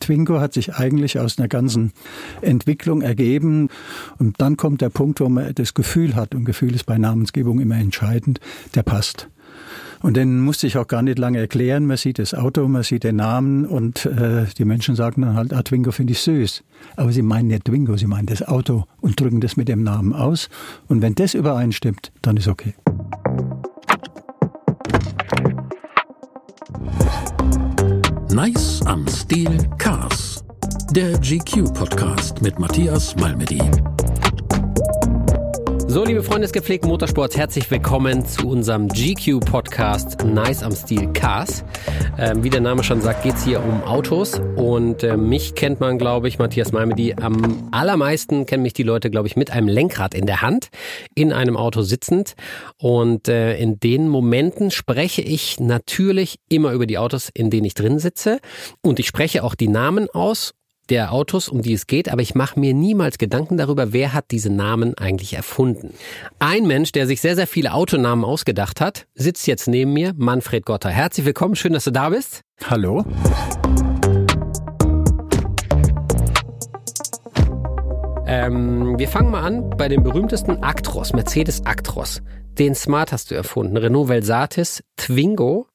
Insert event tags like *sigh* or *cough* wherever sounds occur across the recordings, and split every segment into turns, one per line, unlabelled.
Twingo hat sich eigentlich aus einer ganzen Entwicklung ergeben. Und dann kommt der Punkt, wo man das Gefühl hat, und Gefühl ist bei Namensgebung immer entscheidend, der passt. Und den musste ich auch gar nicht lange erklären. Man sieht das Auto, man sieht den Namen und äh, die Menschen sagen dann halt, ah, Twingo finde ich süß. Aber sie meinen nicht Twingo, sie meinen das Auto und drücken das mit dem Namen aus. Und wenn das übereinstimmt, dann ist okay.
Nice am Stil Cars. Der GQ-Podcast mit Matthias Malmedy.
So, liebe Freunde des gepflegten Motorsports, herzlich willkommen zu unserem GQ-Podcast Nice am Stil Cars. Ähm, wie der Name schon sagt, geht's hier um Autos und äh, mich kennt man, glaube ich, Matthias Malmedy, am allermeisten kennen mich die Leute, glaube ich, mit einem Lenkrad in der Hand, in einem Auto sitzend und äh, in den Momenten spreche ich natürlich immer über die Autos, in denen ich drin sitze und ich spreche auch die Namen aus der Autos, um die es geht, aber ich mache mir niemals Gedanken darüber, wer hat diese Namen eigentlich erfunden. Ein Mensch, der sich sehr, sehr viele Autonamen ausgedacht hat, sitzt jetzt neben mir, Manfred Gotter. Herzlich willkommen, schön, dass du da bist.
Hallo.
Ähm, wir fangen mal an bei dem berühmtesten Actros, Mercedes Actros. Den Smart hast du erfunden, Renault Velsatis, Twingo,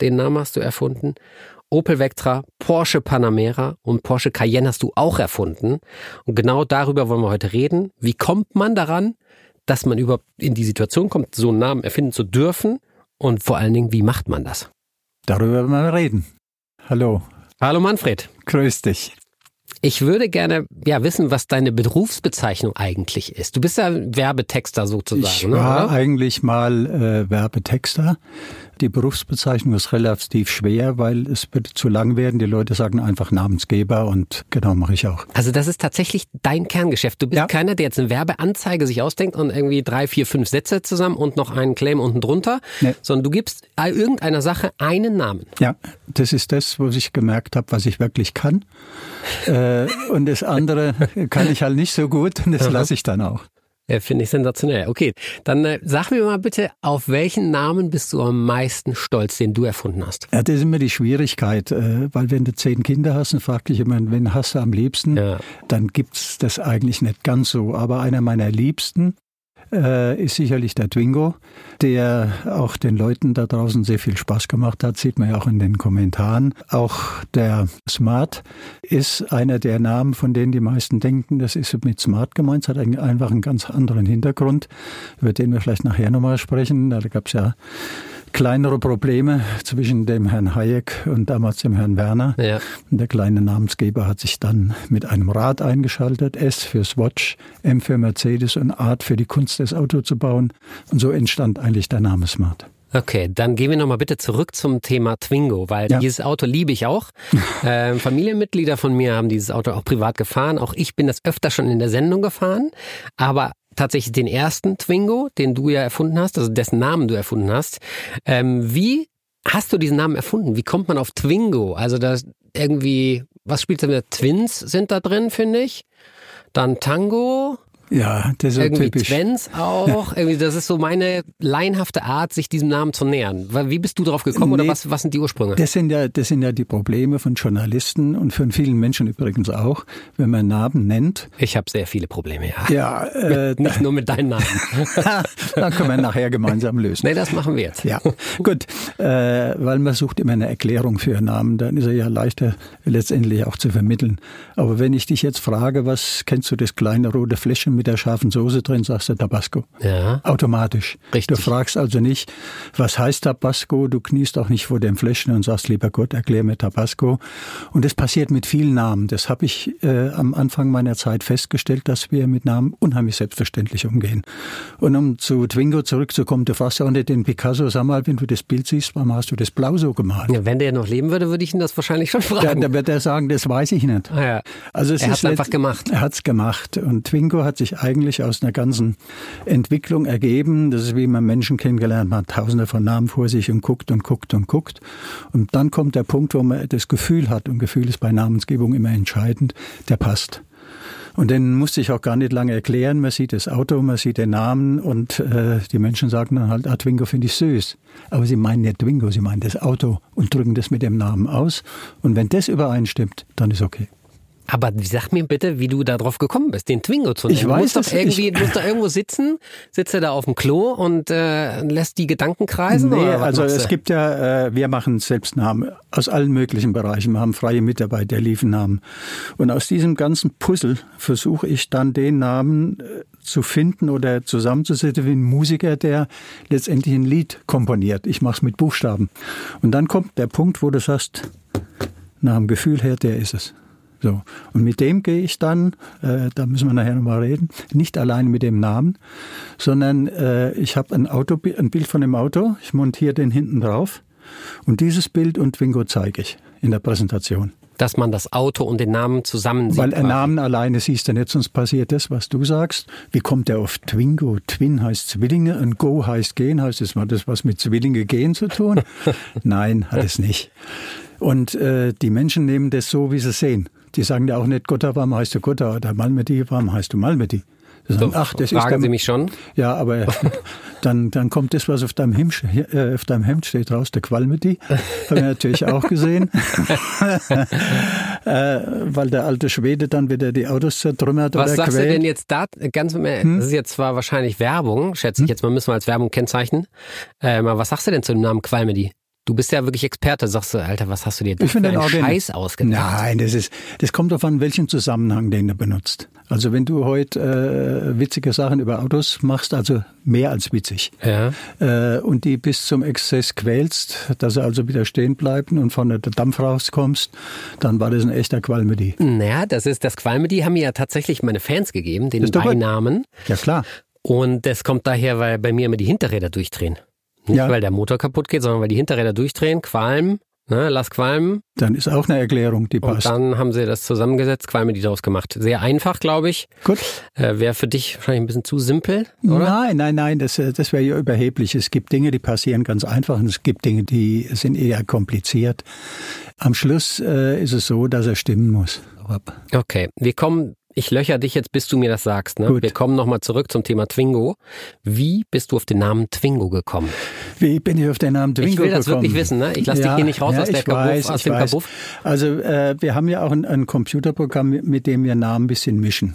den Namen hast du erfunden Opel Vectra, Porsche Panamera und Porsche Cayenne hast du auch erfunden. Und genau darüber wollen wir heute reden. Wie kommt man daran, dass man überhaupt in die Situation kommt, so einen Namen erfinden zu dürfen? Und vor allen Dingen, wie macht man das?
Darüber wollen wir reden. Hallo,
Hallo Manfred,
grüß dich.
ich würde gerne ja wissen, was deine Berufsbezeichnung eigentlich ist. Du bist ja Werbetexter sozusagen,
Ich
ne,
war
oder?
eigentlich mal äh, Werbetexter. Die Berufsbezeichnung ist relativ schwer, weil es wird zu lang werden. Die Leute sagen einfach Namensgeber und genau mache ich auch.
Also das ist tatsächlich dein Kerngeschäft. Du bist
Ja.
keiner, der jetzt eine Werbeanzeige sich ausdenkt und irgendwie drei, vier, fünf Sätze zusammen und noch einen Claim unten drunter,
Nee.
sondern du gibst irgendeiner Sache einen Namen.
Ja, das ist das, was ich gemerkt habe, was ich wirklich
*laughs*
kann. Äh, und das andere kann ich halt nicht so gut und das lasse ich dann auch.
Ja, finde ich sensationell. Okay, dann äh, sag mir mal bitte, auf welchen Namen bist du am meisten stolz, den du erfunden hast?
Ja, das ist immer die Schwierigkeit, äh, weil wenn du zehn Kinder hast und fragt dich jemand, wen hast du am liebsten,
Ja.
dann gibt's das eigentlich nicht ganz so. Aber einer meiner Liebsten äh, ist sicherlich der Twingo, der auch den Leuten da draußen sehr viel Spaß gemacht hat, sieht man ja auch in den Kommentaren. Auch der Smart ist einer der Namen, von denen die meisten denken, das ist mit Smart gemeint, Es hat eigentlich einfach einen ganz anderen Hintergrund, über den wir vielleicht nachher nochmal sprechen. Da gab's ja kleinere Probleme zwischen dem Herrn Hayek und damals dem Herrn Werner.
Ja.
Und der kleine Namensgeber hat sich dann mit einem Rad eingeschaltet, S für Swatch, M für Mercedes und Art für die Kunst, das Auto zu bauen. Und so entstand eigentlich der Name Smart.
Okay, dann gehen wir nochmal bitte zurück zum Thema Twingo, weil
Ja.
dieses Auto liebe ich auch. Ähm, Familienmitglieder von mir haben dieses Auto auch privat gefahren. Auch ich bin das öfter schon in der Sendung gefahren. Aber tatsächlich den ersten Twingo, den du ja erfunden hast, also dessen Namen du erfunden hast. Ähm, wie hast du diesen Namen erfunden? Wie kommt man auf Twingo? Also da ist irgendwie, was spielt da mit? Twins sind da drin, finde ich. Dann Tango,
Ja, das ist so
irgendwie
typisch.
Twens auch. Irgendwie, das ist so meine laienhafte Art, sich diesem Namen zu nähern. Wa- Wie bist du drauf gekommen oder
Nee.
was, was sind die Ursprünge?
Das sind, ja, das sind ja die Probleme von Journalisten und von vielen Menschen übrigens auch, wenn man Namen nennt.
Ich habe sehr viele Probleme, ja. *laughs*
Ja, äh, *laughs*
Nicht nur mit deinen Namen.
dann können wir nachher gemeinsam lösen.
nee, das machen wir jetzt.
Ja, gut, äh, weil man sucht immer eine Erklärung für einen Namen, dann ist er ja leichter letztendlich auch zu vermitteln. Aber wenn ich dich jetzt frage, was kennst du das kleine rote Fläschchen mit der scharfen Soße drin, sagst du Tabasco.
Ja.
Automatisch.
Richtig.
Du fragst also nicht, was heißt Tabasco? Du kniest auch nicht vor dem Fläschchen und sagst, lieber Gott, erklär mir Tabasco. Und das passiert mit vielen Namen. Das habe ich äh, am Anfang meiner Zeit festgestellt, dass wir mit Namen unheimlich selbstverständlich umgehen. Und um zu Twingo zurückzukommen, du fragst ja auch nicht den Picasso, sag mal, wenn du das Bild siehst, warum hast du das blau so gemalt?
Ja, Wenn der noch leben würde, würde ich ihn das wahrscheinlich schon
Da,
fragen.
da wird er sagen, das weiß ich nicht.
Ah, ja.
Also es
Er
ist
hat's
letzt-
einfach gemacht.
Er hat's gemacht. Und Twingo hat sich eigentlich aus einer ganzen Entwicklung ergeben. Das ist wie man Menschen kennengelernt man hat, tausende von Namen vor sich und guckt und guckt und guckt. Und dann kommt der Punkt, wo man das Gefühl hat, und Gefühl ist bei Namensgebung immer entscheidend, der passt. Und den musste ich auch gar nicht lange erklären. Man sieht das Auto, man sieht den Namen und äh, die Menschen sagen dann halt, ah, Twingo finde ich süß. Aber sie meinen nicht Twingo, sie meinen das Auto und drücken das mit dem Namen aus. Und wenn das übereinstimmt, dann ist okay.
Aber sag mir bitte, wie du darauf gekommen bist, den Twingo zu nehmen.
Ich weiß
du musst
es,
doch irgendwie,
ich-
du musst da irgendwo sitzen, sitzt er da auf dem Klo und äh, lässt die Gedanken kreisen?
Nee,
oder was
also
machst
es
du?
gibt ja, äh, wir machen selbst Namen aus allen möglichen Bereichen. Wir haben freie Mitarbeiter, die liefern Namen. Und aus diesem ganzen Puzzle versuche ich dann den Namen äh, zu finden oder zusammenzusetzen wie ein Musiker, der letztendlich ein Lied komponiert. Ich mache es mit Buchstaben. Und dann kommt der Punkt, wo du sagst, nach dem Gefühl her, der ist es. So. Und mit dem gehe ich dann, äh, da müssen wir nachher nochmal reden, nicht allein mit dem Namen, sondern äh, ich habe ein, Auto, ein Bild von dem Auto, ich montiere den hinten drauf und dieses Bild und Twingo zeige ich in der Präsentation.
Dass man das Auto und den Namen zusammen sieht.
Weil einen
quasi.
Namen alleine siehst du nicht, sonst passiert das, was du sagst. Wie kommt der auf Twingo? Twin heißt Zwillinge und Go heißt gehen. Heißt es mal, das was mit Zwillinge gehen zu
*laughs*
tun? Nein, hat es nicht. Und äh, die Menschen nehmen das so, wie sie sehen. Die sagen ja auch nicht, Gotha, warum heißt du Gotha? Oder Malmedy, warum heißt du Malmedy? Sie sagen,
So,
ach, das ist
fragen
der,
Sie mich schon.
ja,
*laughs*
aber äh, dann, dann kommt das, was auf deinem, Hemd, äh, auf deinem Hemd steht, raus, der Qualmity. Haben wir natürlich auch
*laughs*
gesehen. äh, weil der alte Schwede dann wieder die Autos zertrümmert
Was
oder
sagst
quält.
du denn jetzt da? Ganz, im
Hm?
Ernst, Das ist jetzt zwar wahrscheinlich Werbung, schätze ich jetzt mal, müssen wir als Werbung kennzeichnen. Ähm, aber was sagst du denn zu dem Namen Qualmedy? Du bist ja wirklich Experte, sagst du, Alter, was hast du dir da
Ich
für
finde den
einen
Organ-
Scheiß ausgedacht?
Nein, das ist, das kommt darauf an, welchen Zusammenhang den du benutzt. Also wenn du heute äh, witzige Sachen über Autos machst, also mehr als witzig,
Ja.
äh, und die bis zum Exzess quälst, dass sie also wieder stehen bleiben und von der Dampf rauskommst, dann war das ein echter Qualmedy.
Naja, das ist das Qualmedy haben mir ja tatsächlich meine Fans gegeben, den
Ist doch gut.
Beinamen.
Ja klar.
Und das kommt daher, weil bei mir immer die Hinterräder durchdrehen. Nicht,
Ja.
weil der Motor kaputt geht, sondern weil die Hinterräder durchdrehen, Qualm, ne, lass Qualm.
Dann ist auch eine Erklärung, die
Und
passt.
dann haben sie das zusammengesetzt, Qualmedy draus gemacht. Sehr einfach, glaube ich.
Gut.
Äh, Wäre für dich wahrscheinlich ein bisschen zu simpel, oder?
Nein, nein, nein, das, äh, das wäre ja überheblich. Es gibt Dinge, die passieren ganz einfach und es gibt Dinge, die sind eher kompliziert. Am Schluss äh, ist es so, dass er stimmen muss.
Okay, wir kommen, ich löcher dich jetzt, bis du mir das sagst. Ne?
Gut.
Wir kommen nochmal zurück zum Thema Twingo. Wie bist du auf den Namen Twingo gekommen?
Wie bin ich auf den Namen Twingo
ich will das
gekommen?
wirklich wissen, ne? Ich lass dich hier nicht raus aus, der
ich
Kabuff,
weiß,
aus
ich
dem
weiß.
Kabuff.
Also äh, wir haben ja auch ein, ein Computerprogramm, mit dem wir Namen ein bisschen mischen.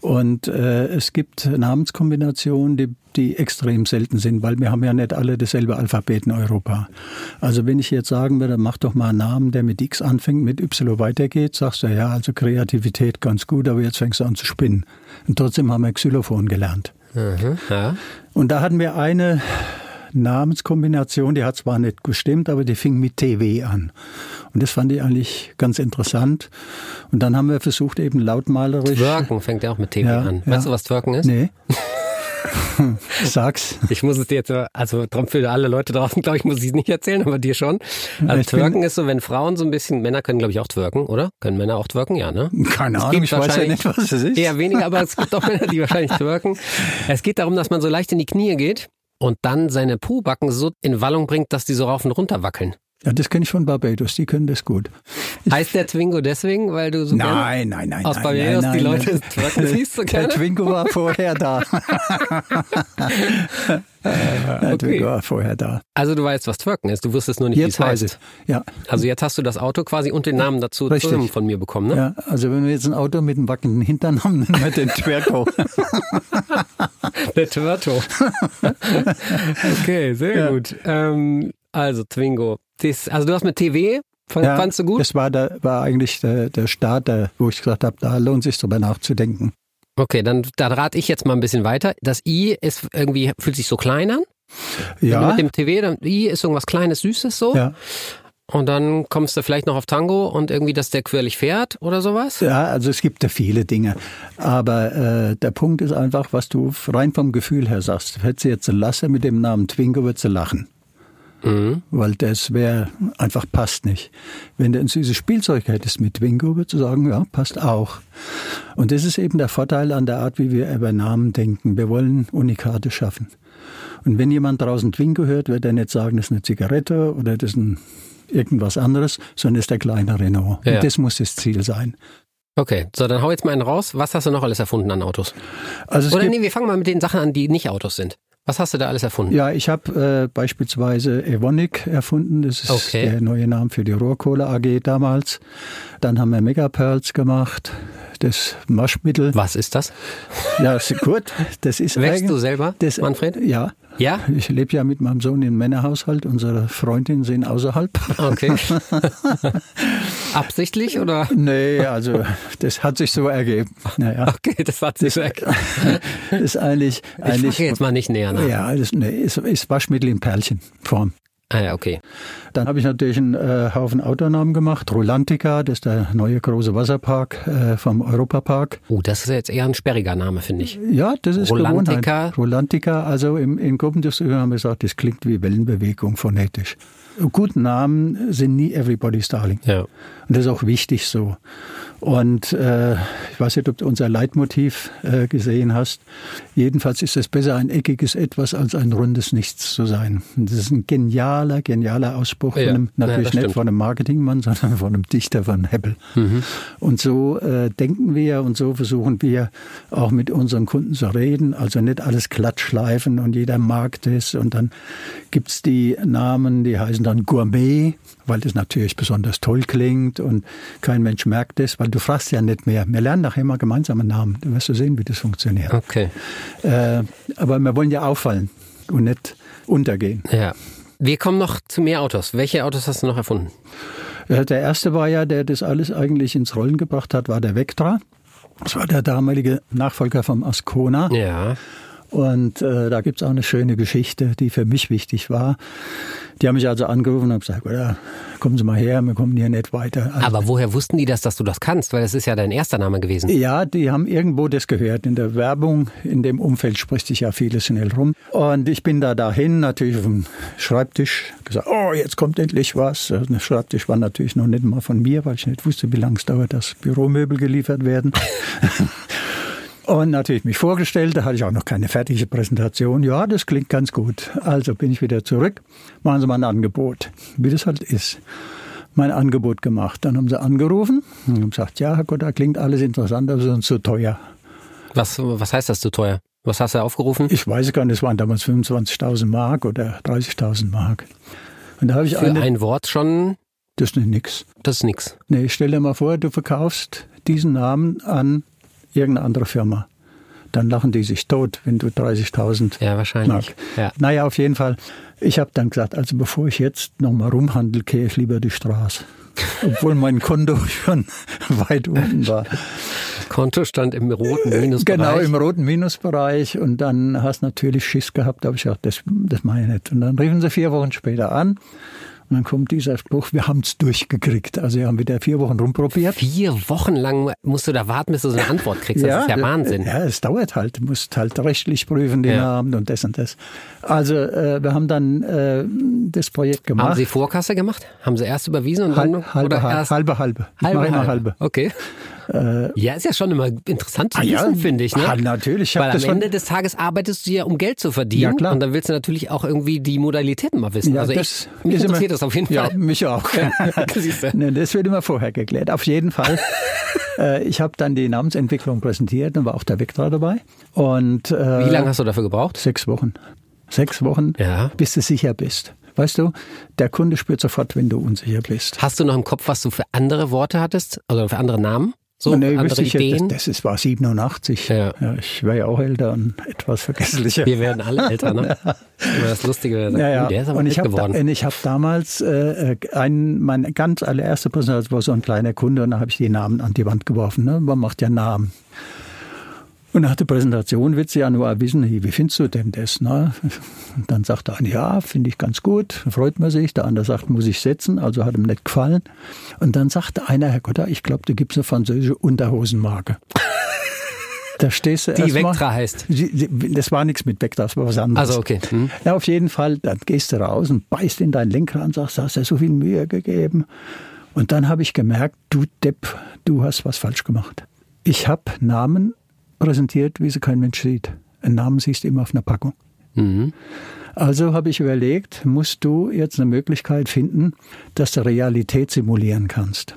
Und äh, es gibt Namenskombinationen, die, die extrem selten sind, weil wir haben ja nicht alle dasselbe Alphabet in Europa. Also wenn ich jetzt sagen würde, mach doch mal einen Namen, der mit X anfängt, mit Y weitergeht, sagst du, ja, also Kreativität ganz gut, aber jetzt fängst du an zu spinnen. Und trotzdem haben wir Xylophon gelernt.
Mhm. Ja.
Und da hatten wir eine Namenskombination, die hat zwar nicht gestimmt, aber die fing mit TW an. Und das fand ich eigentlich ganz interessant. Und dann haben wir versucht, eben lautmalerisch.
Twerken fängt ja auch mit TV
Ja,
an.
ja.
Weißt du, was Twerken ist?
Nee. *laughs* Sag's.
Ich muss es dir jetzt, so- also drum für alle Leute draußen, glaube ich, muss ich es nicht erzählen, aber dir schon. Also
Ich bin-
Twerken ist so, wenn Frauen so ein bisschen, Männer können, glaube ich, auch twerken, oder? Können Männer auch twerken? Ja, ne?
Keine
Es
Ahnung,
gibt
ich weiß ja nicht,
wahrscheinlich
was es ist.
Eher weniger, aber es gibt auch Männer, die wahrscheinlich twerken. Es geht darum, dass man so leicht in die Knie geht und dann seine Pobacken so in Wallung bringt, dass die so rauf und runter wackeln.
Ja, das kenne ich von Barbados, die können das gut.
Heißt der Twingo deswegen, weil du so gerne
Nein, nein, nein.
aus
nein,
Barbados
nein,
die
nein,
Leute
nein.
twerken siehst so
Der
gerne?
Twingo war vorher
*laughs*
da. Der Twingo war vorher da.
Also du weißt, was twerken ist, du wusstest nur nicht, wie
Jetzt
es
weiß
heißt.
ich. Ja,
Also jetzt hast du das Auto quasi und den Namen dazu
Richtig.
zusammen von mir bekommen, ne?
ja, also wenn wir jetzt ein Auto mit einem wackelnden Hintern haben, nennen wir den
*laughs*
Twerko. *laughs*
Der Twerto. okay, sehr
Ja.
gut. Ähm, also Twingo. Das, also du hast mit TW, fand,
Ja,
fandst du gut?
Das war, der, war eigentlich der, der Start, der, wo ich gesagt habe, da lohnt sich drüber nachzudenken.
Okay, dann da rate ich jetzt mal ein bisschen weiter. Das I ist irgendwie, fühlt sich so klein an.
Ja,
Mit dem TW, dann I ist irgendwas Kleines, Süßes so.
ja.
Und dann kommst du vielleicht noch auf Tango und irgendwie, dass der quirlig fährt oder sowas.
ja, also es gibt da viele Dinge. Aber äh, der Punkt ist einfach, was du rein vom Gefühl her sagst. Hätte sie jetzt eine Lasse mit dem Namen Twingo, würde sie lachen.
Mhm.
Weil das wäre einfach passt nicht. Wenn du ein süßes Spielzeug hättest mit Twingo, würdest du sagen, ja, passt auch. Und das ist eben der Vorteil an der Art, wie wir über Namen denken. Wir wollen Unikate schaffen. Und wenn jemand draußen Twingo hört, wird er nicht sagen, das ist eine Zigarette oder das ist ein irgendwas anderes, sondern das ist der kleine Renault.
Ja.
Und das muss das Ziel sein.
Okay, so dann hau jetzt mal einen raus. Was hast du noch alles erfunden an Autos?
Also es
Oder
gibt,
nee, wir fangen mal mit den Sachen an, die nicht Autos sind. Was hast du da alles erfunden?
ja, ich habe äh, beispielsweise Evonik erfunden. Das ist
Okay.
der neue Name für die Rohrkohle AG damals. Dann haben wir Megapearls gemacht. Das Maschmittel.
Was ist das?
Ja, ist gut. Das ist
Wächst
eigentlich-
du selber,
das, äh,
Manfred?
Ja.
Ja?
Ich lebe ja mit meinem Sohn im Männerhaushalt. Unsere Freundinnen sind
*laughs*
außerhalb. *laughs*
Okay. Absichtlich oder?
Nee, also das hat sich so ergeben. Naja,
Okay, das hat sich weg.
*laughs* das ist eigentlich.
Ich
eigentlich
frage jetzt mal nicht näher nach.
ja, das nee, ist, ist Waschmittel in Perlchenform.
Ah ja, okay.
Dann habe ich natürlich einen äh, Haufen Autonamen gemacht. Rolantica, das ist der neue große Wasserpark äh, vom Europapark.
Oh, das ist jetzt eher ein sperriger Name, finde ich.
Ja, das ist
Rolantica.
Gewohnheit. Rolantica, also im, in Gruppendiskussion haben wir gesagt, das klingt wie Wellenbewegung phonetisch. Gute Namen sind nie everybody's darling.
Ja.
Und das ist auch wichtig so. Und äh, ich weiß nicht, ob du unser Leitmotiv äh, gesehen hast. Jedenfalls ist es besser, ein eckiges Etwas als ein rundes Nichts zu sein. Und das ist ein genialer, genialer Ausspruch.
Ja,
Von einem,
ja, das
natürlich
stimmt.
nicht von einem Marketingmann, *laughs* sondern von einem Dichter von Hebbel. Und so äh, denken wir und so versuchen wir auch mit unseren Kunden zu reden. Also nicht alles glatt schleifen und jeder mag das. Und dann gibt's die Namen, die heißen dann Gourmet, weil das natürlich besonders toll klingt und kein Mensch merkt es, weil du fragst ja nicht mehr. Wir lernen nachher mal gemeinsame Namen. Dann wirst du sehen, wie das funktioniert.
Okay.
Äh, aber wir wollen ja auffallen und nicht untergehen.
Ja. Wir kommen noch zu mehr Autos. Welche Autos hast du noch erfunden?
Ja, Äh, Der erste war ja, der das alles eigentlich ins Rollen gebracht hat, war der Vectra. Das war der damalige Nachfolger vom Ascona.
Ja.
Und äh, da gibt's auch eine schöne Geschichte, die für mich wichtig war. Die haben mich also angerufen und haben gesagt, oder, kommen Sie mal her, wir kommen hier nicht weiter. Also,
Aber woher wussten die das, dass du das kannst? Weil das ist ja dein erster Name gewesen.
ja, die haben irgendwo das gehört. In der Werbung, in dem Umfeld spricht sich ja vieles schnell rum. Und ich bin da dahin, natürlich auf dem Schreibtisch, gesagt, oh, jetzt kommt endlich was. Äh, Der Schreibtisch war natürlich noch nicht mal von mir, weil ich nicht wusste, wie lange es dauert, dass Büromöbel geliefert werden. Und natürlich mich vorgestellt, da hatte ich auch noch keine fertige Präsentation. Ja, das klingt ganz gut. Also bin ich wieder zurück. Machen Sie mal ein Angebot, wie das halt ist. Mein Angebot gemacht. Dann haben sie angerufen und haben gesagt, ja, Herr Gott, da klingt alles interessant, aber es ist uns zu teuer.
Was, was heißt das zu teuer? Was hast du aufgerufen?
Ich weiß gar nicht, es waren damals 25.000 Mark oder 30.000 Mark. Und da habe ich
Für
eine,
ein Wort schon,
das ist nicht nix.
das ist nix.
Nee, stell dir mal vor, du verkaufst diesen Namen an irgendeine andere Firma. Dann lachen die sich tot, wenn du 30.000
Ja, wahrscheinlich.
Mark.
Ja.
Naja, auf jeden Fall. Ich habe dann gesagt, also bevor ich jetzt nochmal rumhandel, gehe ich lieber die
*laughs*
Straße. Obwohl mein Konto *laughs* schon weit unten war.
Kontostand im roten Minusbereich.
Genau, im roten Minusbereich. Und dann hast du natürlich Schiss gehabt, aber ich dachte, das, das meine ich nicht. Und dann riefen sie vier Wochen später an. Und dann kommt dieser Spruch, wir haben es durchgekriegt. Also wir haben wieder vier Wochen rumprobiert.
Vier Wochen lang musst du da warten, bis du so eine Antwort kriegst. Das ist ja Wahnsinn.
Ja, es dauert halt. Du musst halt rechtlich prüfen, den
Ja.
Namen und das und das. Also äh, wir haben dann äh, das Projekt gemacht.
Haben Sie Vorkasse gemacht? Haben Sie erst überwiesen und
Hal-
dann
halbe,
oder
halbe,
erst
halbe, halbe. Ich mache immer halbe. Äh,
Okay. ja, ist ja schon immer interessant zu
Ah
wissen,
ja,
finde ich. Ne?
ah, natürlich, ich hab
Weil am
das schon-
Ende des Tages arbeitest du ja, um Geld zu verdienen.
Ja, klar.
Und dann willst du natürlich auch irgendwie die Modalitäten mal wissen. also ich, mich
ist immer-
interessiert das auf jeden
ja,
Fall.
mich auch.
*laughs* siehst du.
Ne, das wird immer vorher geklärt. Auf jeden
*laughs*
Fall. äh, ich habe dann die Namensentwicklung präsentiert und war auch der Vektra dabei. Und äh,
Wie lange hast du dafür gebraucht?
Sechs Wochen. Sechs Wochen,
Ja.
bis du sicher bist. Weißt du, der Kunde spürt sofort, wenn du unsicher bist.
Hast du noch im Kopf, was du für andere Worte hattest? Also für andere Namen? So
Nee,
andere
wüsste ich jetzt,
Ideen?
das, das ist, war 87.
Ja.
ich war ja auch älter und etwas vergesslicher.
Wir werden alle älter,
*laughs*
ne? Immer das Lustige, wer sagt,
Ja, ja.
"Oh, der ist aber
und
alt
ich habe da,
geworden.
und ich hab damals äh, einen, meine ganz allererste Präsentation war so ein kleiner Kunde und da habe ich die Namen an die Wand geworfen. Ne? Man macht ja Namen. Und nach der Präsentation willst du ja nur wissen, hey, wie findest du denn das? Ne? Und dann sagt der eine, ja, finde ich ganz gut, freut man sich. Der andere sagt, muss ich setzen, also hat ihm nicht gefallen. Und dann sagte einer, Herr Gotter, ich glaube, da gibt es eine französische
*laughs*
Unterhosenmarke. Da stehst du
die
erst mal-
Vectra heißt.
Sie- sie- Das war nichts mit weg, das war was anderes.
Also, okay. Hm.
Na, auf jeden Fall, dann gehst du raus und beißt in deinen Lenkrad und sagst, da hast du so viel Mühe gegeben. Und dann habe ich gemerkt, du Depp, du hast was falsch gemacht. Ich habe Namen präsentiert, wie sie kein Mensch sieht. Einen Namen siehst du immer auf einer Packung.
Mhm.
Also habe ich überlegt, musst du jetzt eine Möglichkeit finden, dass du Realität simulieren kannst.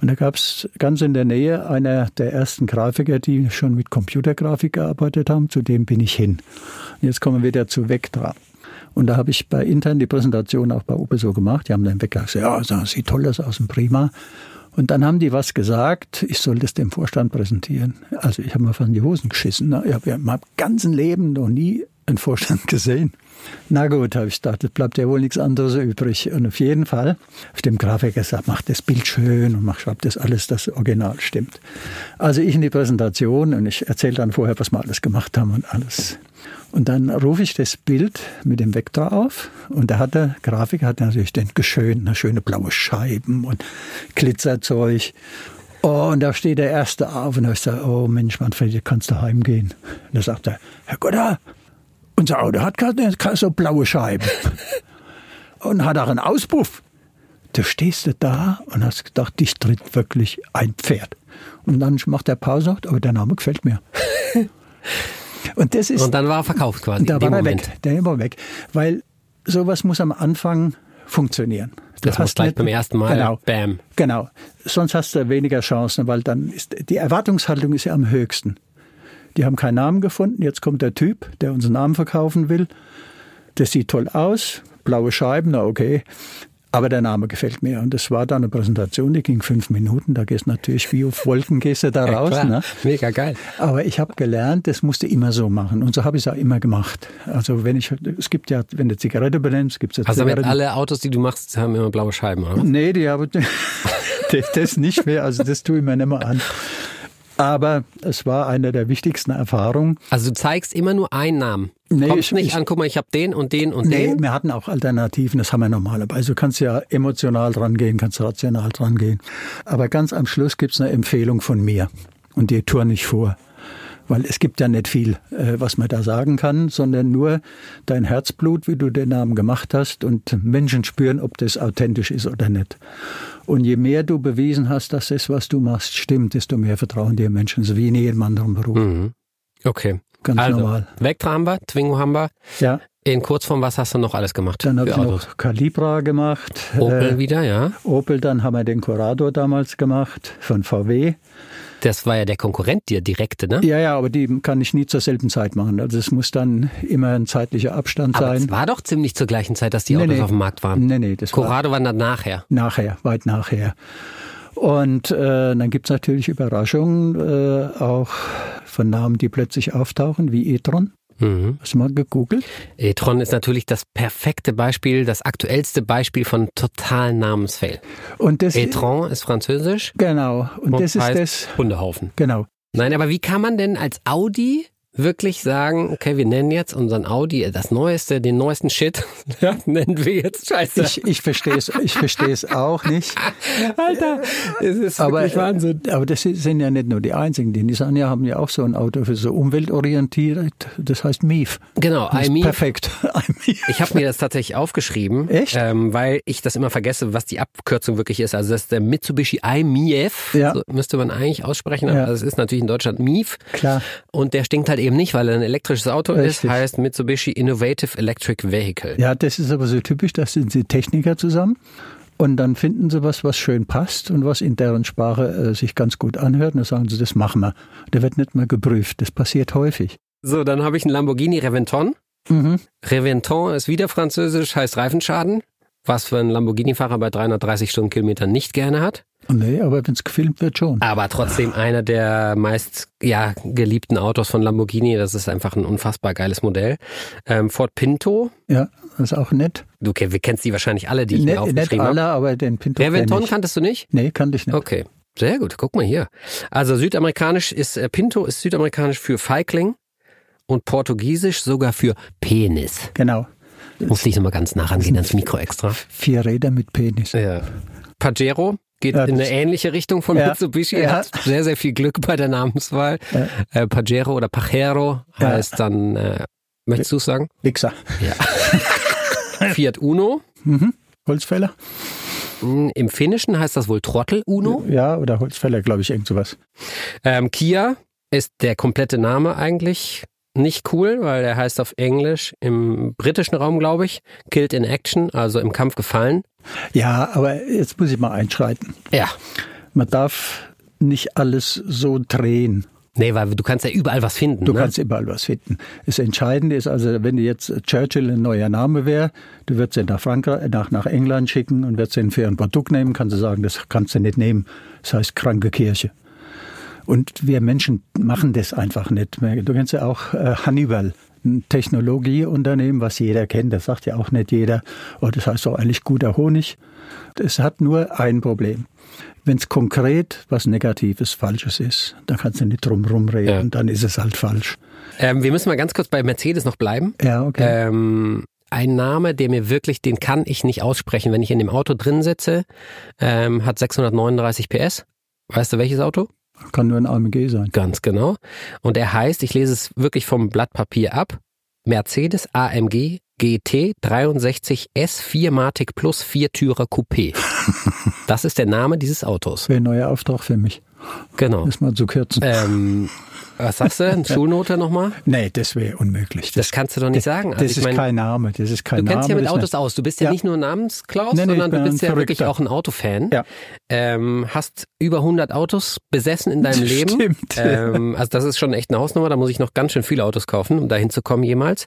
Und da gab es ganz in der Nähe einer der ersten Grafiker, die schon mit Computergrafik gearbeitet haben. Zu dem bin ich hin. Und jetzt kommen wir wieder zu Vectra. Und da habe ich bei intern die Präsentation auch bei Opel so gemacht. Die haben dann weggesagt, ja, das sieht toll das aus und prima. Und dann haben die was gesagt, ich soll das dem Vorstand präsentieren. Also ich habe mir von die Hosen geschissen. Ne? Ich habe ja in meinem ganzen Leben noch nie einen Vorstand *laughs* gesehen. Na gut, habe ich gedacht, es bleibt ja wohl nichts anderes übrig. Und auf jeden Fall, auf dem Grafiker sagt, mach das Bild schön und mach, schreib das alles, das Original stimmt. Also ich in die Präsentation und ich erzähle dann vorher, was wir alles gemacht haben und alles. Und dann rufe ich das Bild mit dem Vektor auf und da hat der Grafiker hat natürlich den geschön, schöne blaue Scheiben und Glitzerzeug. Oh, und da steht der Erste auf und da ich sage, oh Mensch, Manfred, jetzt kannst du heimgehen. Und da sagt er, Herr Goddard, unser Auto hat keine, keine so blaue Scheiben *laughs* und hat auch einen Auspuff. Da stehst du da und hast gedacht, dich tritt wirklich ein Pferd. Und dann macht der Pause, sagt, aber der Name gefällt mir. Und das ist.
Und dann war er verkauft quasi.
Da
in dem
war er
Moment.
weg. Der war weg. Weil sowas muss am Anfang funktionieren. Du
Das muss
hast
gleich
nicht-
beim ersten Mal.
Genau.
Bam.
Genau. Sonst hast du weniger Chancen, weil dann ist die Erwartungshaltung ist ja am höchsten. Die haben keinen Namen gefunden. Jetzt kommt der Typ, der uns einen Namen verkaufen will. Das sieht toll aus. Blaue Scheiben, na okay. Aber der Name gefällt mir. Und das war dann eine Präsentation, die ging fünf Minuten. Da gehst natürlich wie auf Wolken gehst du da
Ja,
raus.
klar.
ne?
Mega geil.
Aber ich habe gelernt, das musste immer so machen. Und so habe ich es auch immer gemacht. Also wenn ich, es gibt ja, wenn du Zigarette benennst, gibt es ja
Also damit
Zigaretten.
alle Autos, die du machst, haben immer blaue Scheiben, oder?
Nee, die habe *laughs* das, das nicht mehr. Also das tue ich mir nicht mehr an. Aber es war eine der wichtigsten Erfahrungen.
Also du zeigst immer nur einen Namen.
Nee,
Kommst
ich-
nicht
ich-
an, guck mal, ich habe den und den und
Nee,
den.
wir hatten auch Alternativen, das haben wir normalerweise. Also du kannst ja emotional dran gehen, kannst rational dran gehen. Aber ganz am Schluss gibt's eine Empfehlung von mir und die turn ich vor. Weil es gibt ja nicht viel, äh, was man da sagen kann, sondern nur dein Herzblut, wie du den Namen gemacht hast und Menschen spüren, ob das authentisch ist oder nicht. Und je mehr du bewiesen hast, dass das, was du machst, stimmt, desto mehr vertrauen dir Menschen, so wie in jedem anderen Beruf.
Mhm. Okay.
Ganz
also,
normal.
Vectra haben wir, Twingo haben wir.
Ja,
In Kurzform, was hast du noch alles gemacht?
dann habe
für
ich
Autos?
noch Calibra gemacht.
Opel
äh,
wieder, ja.
Opel, dann haben wir den Corrado damals gemacht von VW.
Das war ja der Konkurrent dir direkte, ne?
Ja, ja, aber die kann ich nie zur selben Zeit machen. Also es muss dann immer ein zeitlicher Abstand
Aber es
sein.
war doch ziemlich zur gleichen Zeit, dass die
Nee,
Autos
nee.
auf dem Markt waren.
Nee, nee, das war
Corrado war dann nachher.
nachher, weit nachher. Und äh, dann gibt's natürlich Überraschungen, äh, auch von Namen, die plötzlich auftauchen, wie e-tron.
Mhm.
Hast du mal gegoogelt?
E-Tron ist natürlich das perfekte Beispiel, das aktuellste Beispiel von totalen Namensfail.
Und das,
E-Tron ist französisch
Genau, und,
und
das ist
heißt
das,
Hundehaufen.
genau.
Nein, aber wie kann man denn als Audi wirklich sagen, okay, wir nennen jetzt unseren Audi äh, das Neueste, den neuesten Shit, *laughs* ja, nennen wir jetzt Scheiße. *laughs*
Ich, ich verstehe es ich versteh's auch nicht.
Alter, es ist wirklich Wahnsinn.
Aber das sind ja nicht nur die einzigen. Die Nissaner haben ja auch so ein Auto für so umweltorientiert. Das heißt MIF.
Genau,
Das
I
ist
mean,
perfekt. *laughs* I mean.
ich habe mir das tatsächlich aufgeschrieben,
Echt?
Ähm, weil ich das immer vergesse, was die Abkürzung wirklich ist. Also das ist der Mitsubishi IMIF,
Ja.
so müsste man eigentlich aussprechen, aber
Ja.
das ist natürlich in Deutschland MIF.
Klar.
Und der stinkt halt eben nicht, weil er ein elektrisches Auto ist,
Richtig.
heißt Mitsubishi Innovative Electric Vehicle.
Ja, das ist aber so typisch. Da sind sie Techniker zusammen. Und dann finden sie was, was schön passt und was in deren Sprache äh, sich ganz gut anhört. Und dann sagen sie, das machen wir. Da wird nicht mal geprüft. Das passiert häufig.
So, dann habe ich einen Lamborghini Reventon.
Mhm.
Reventon ist wieder französisch, heißt Reifenschaden, was für einen Lamborghini-Fahrer bei 330 Stundenkilometern nicht gerne hat,
Nee, aber wenn es gefilmt wird, schon.
aber trotzdem einer der meist ja, geliebten Autos von Lamborghini. Das ist einfach ein unfassbar geiles Modell. Ähm, Ford Pinto,
Ja, das ist auch nett.
du ke- wir kennst die wahrscheinlich Ne, alle, die ich mir
Nett, nett
aufgeschrieben habe.
alle, aber den Pinto kenn
Reventon
ich.
kanntest du nicht?
Nee, kannte ich nicht.
Okay, sehr gut, guck mal hier. Also südamerikanisch ist, äh, Pinto ist südamerikanisch für Feigling und portugiesisch sogar für Penis.
Genau.
Musste ich nochmal ganz nah rangehen ans Mikro extra.
Vier Räder mit Penis.
Ja. Pajero geht
Ja,
in
das-
eine ähnliche Richtung von
Ja.
Mitsubishi.
Ja.
Hat sehr, sehr viel Glück bei der Namenswahl. Äh, Pajero oder Pajero
Ja.
heißt dann, äh, möchtest du es sagen?
Wichser.
Fiat Uno.
Mhm. Holzfäller?
Hm, Im Finnischen heißt das wohl Trottel Uno.
Ja, oder Holzfäller, glaube ich, irgend sowas.
Ähm, Kia ist der komplette Name eigentlich nicht cool, weil er heißt auf Englisch im britischen Raum, glaube ich, Killed in Action, also im Kampf gefallen.
Ja, aber jetzt muss ich mal einschreiten.
Ja,
man darf nicht alles so drehen.
Nee, weil du kannst ja überall was finden.
Du
ne?
kannst überall was finden. Das Entscheidende ist also, wenn du jetzt Churchill ein neuer Name wäre, du würdest ihn nach Frankreich, nach, nach England schicken und würdest ihn für ein Produkt nehmen, kannst du sagen, das kannst du nicht nehmen. Das heißt kranke Kirche. Und wir Menschen machen das einfach nicht mehr. Du kennst ja auch äh, Hannibal, ein Technologieunternehmen, was jeder kennt. Das sagt ja auch nicht jeder. Oh, das heißt doch eigentlich guter Honig. Es hat nur ein Problem. Wenn es konkret was Negatives, Falsches ist, dann kannst du nicht drum rumreden,
Ja.
dann ist es halt falsch.
Ähm, wir müssen mal ganz kurz bei Mercedes noch bleiben.
Ja, okay.
Ähm, ein Name, der mir wirklich, den kann ich nicht aussprechen. Wenn ich in dem Auto drin sitze, ähm, hat 639 PS. Weißt du welches Auto?
Kann nur ein AMG sein.
Ganz genau. Und er heißt, ich lese es wirklich vom Blatt Papier ab, Mercedes AMG GT 63 S4 Matic Plus Viertürer
*laughs*
Coupé. Das ist der Name dieses Autos.
Wäre ein neuer Auftrag für mich,
Genau.
das mal zu kürzen.
Ähm, was sagst du? Schulnote nochmal?
nee, das wäre unmöglich.
Das kannst du doch nicht sagen. Also
das
ich
ist
meine-
kein Name. Das ist kein
Du kennst
Name.
ja mit
das
Autos
ist
aus. Du bist ja,
Ja.
nicht nur Namensklaus,
Nee, nee,
sondern
ich
du
bin
bist
ein
ja wirklich
Verrückter.
auch ein Autofan.
Ja.
Ähm, hast über 100 Autos besessen in deinem
*laughs*
Leben.
Stimmt.
Ähm, also das ist schon echt eine Hausnummer. Da muss ich noch ganz schön viele Autos kaufen, um dahin zu kommen jemals.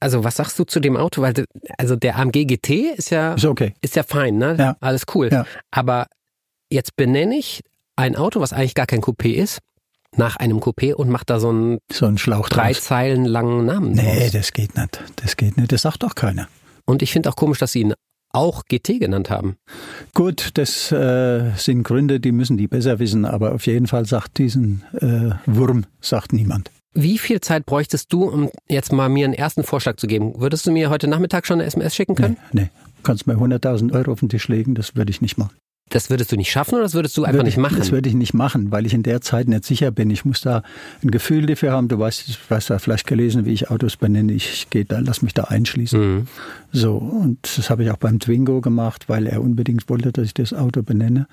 Also was sagst du zu dem Auto? Weil de- also der AMG GT ist ja
Ist okay.
ist ja fein, ne?
Ja.
Alles cool.
Ja.
Aber jetzt benenne ich ein Auto, was eigentlich gar kein Coupé ist, nach einem Coupé und mach da so einen
So ein Schlauch
drei
draus.
Zeilen langen Namen.
Nee,
draus.
das geht nicht. Das geht nicht. Das sagt doch keiner.
Und ich finde auch komisch, dass sie ihn auch GT genannt haben.
Gut, das äh, sind Gründe, die müssen die besser wissen, aber auf jeden Fall sagt diesen äh, Wurm sagt niemand.
Wie viel Zeit bräuchtest du, um jetzt mal mir einen ersten Vorschlag zu geben? Würdest du mir heute Nachmittag schon eine SMS schicken können?
Nee, nee. Kannst mir 100.000 Euro auf den Tisch legen, das würde ich nicht machen.
Das würdest du nicht schaffen oder das würdest du einfach
würde
nicht
ich, Das
machen?
würde ich nicht machen, weil ich in der Zeit nicht sicher bin. Ich muss da ein Gefühl dafür haben. Du weißt, du hast da vielleicht gelesen, wie ich Autos benenne. Ich gehe da, lass mich da einschließen.
Mhm.
So, und das habe ich auch beim Twingo gemacht, weil er unbedingt wollte, dass ich das Auto benenne.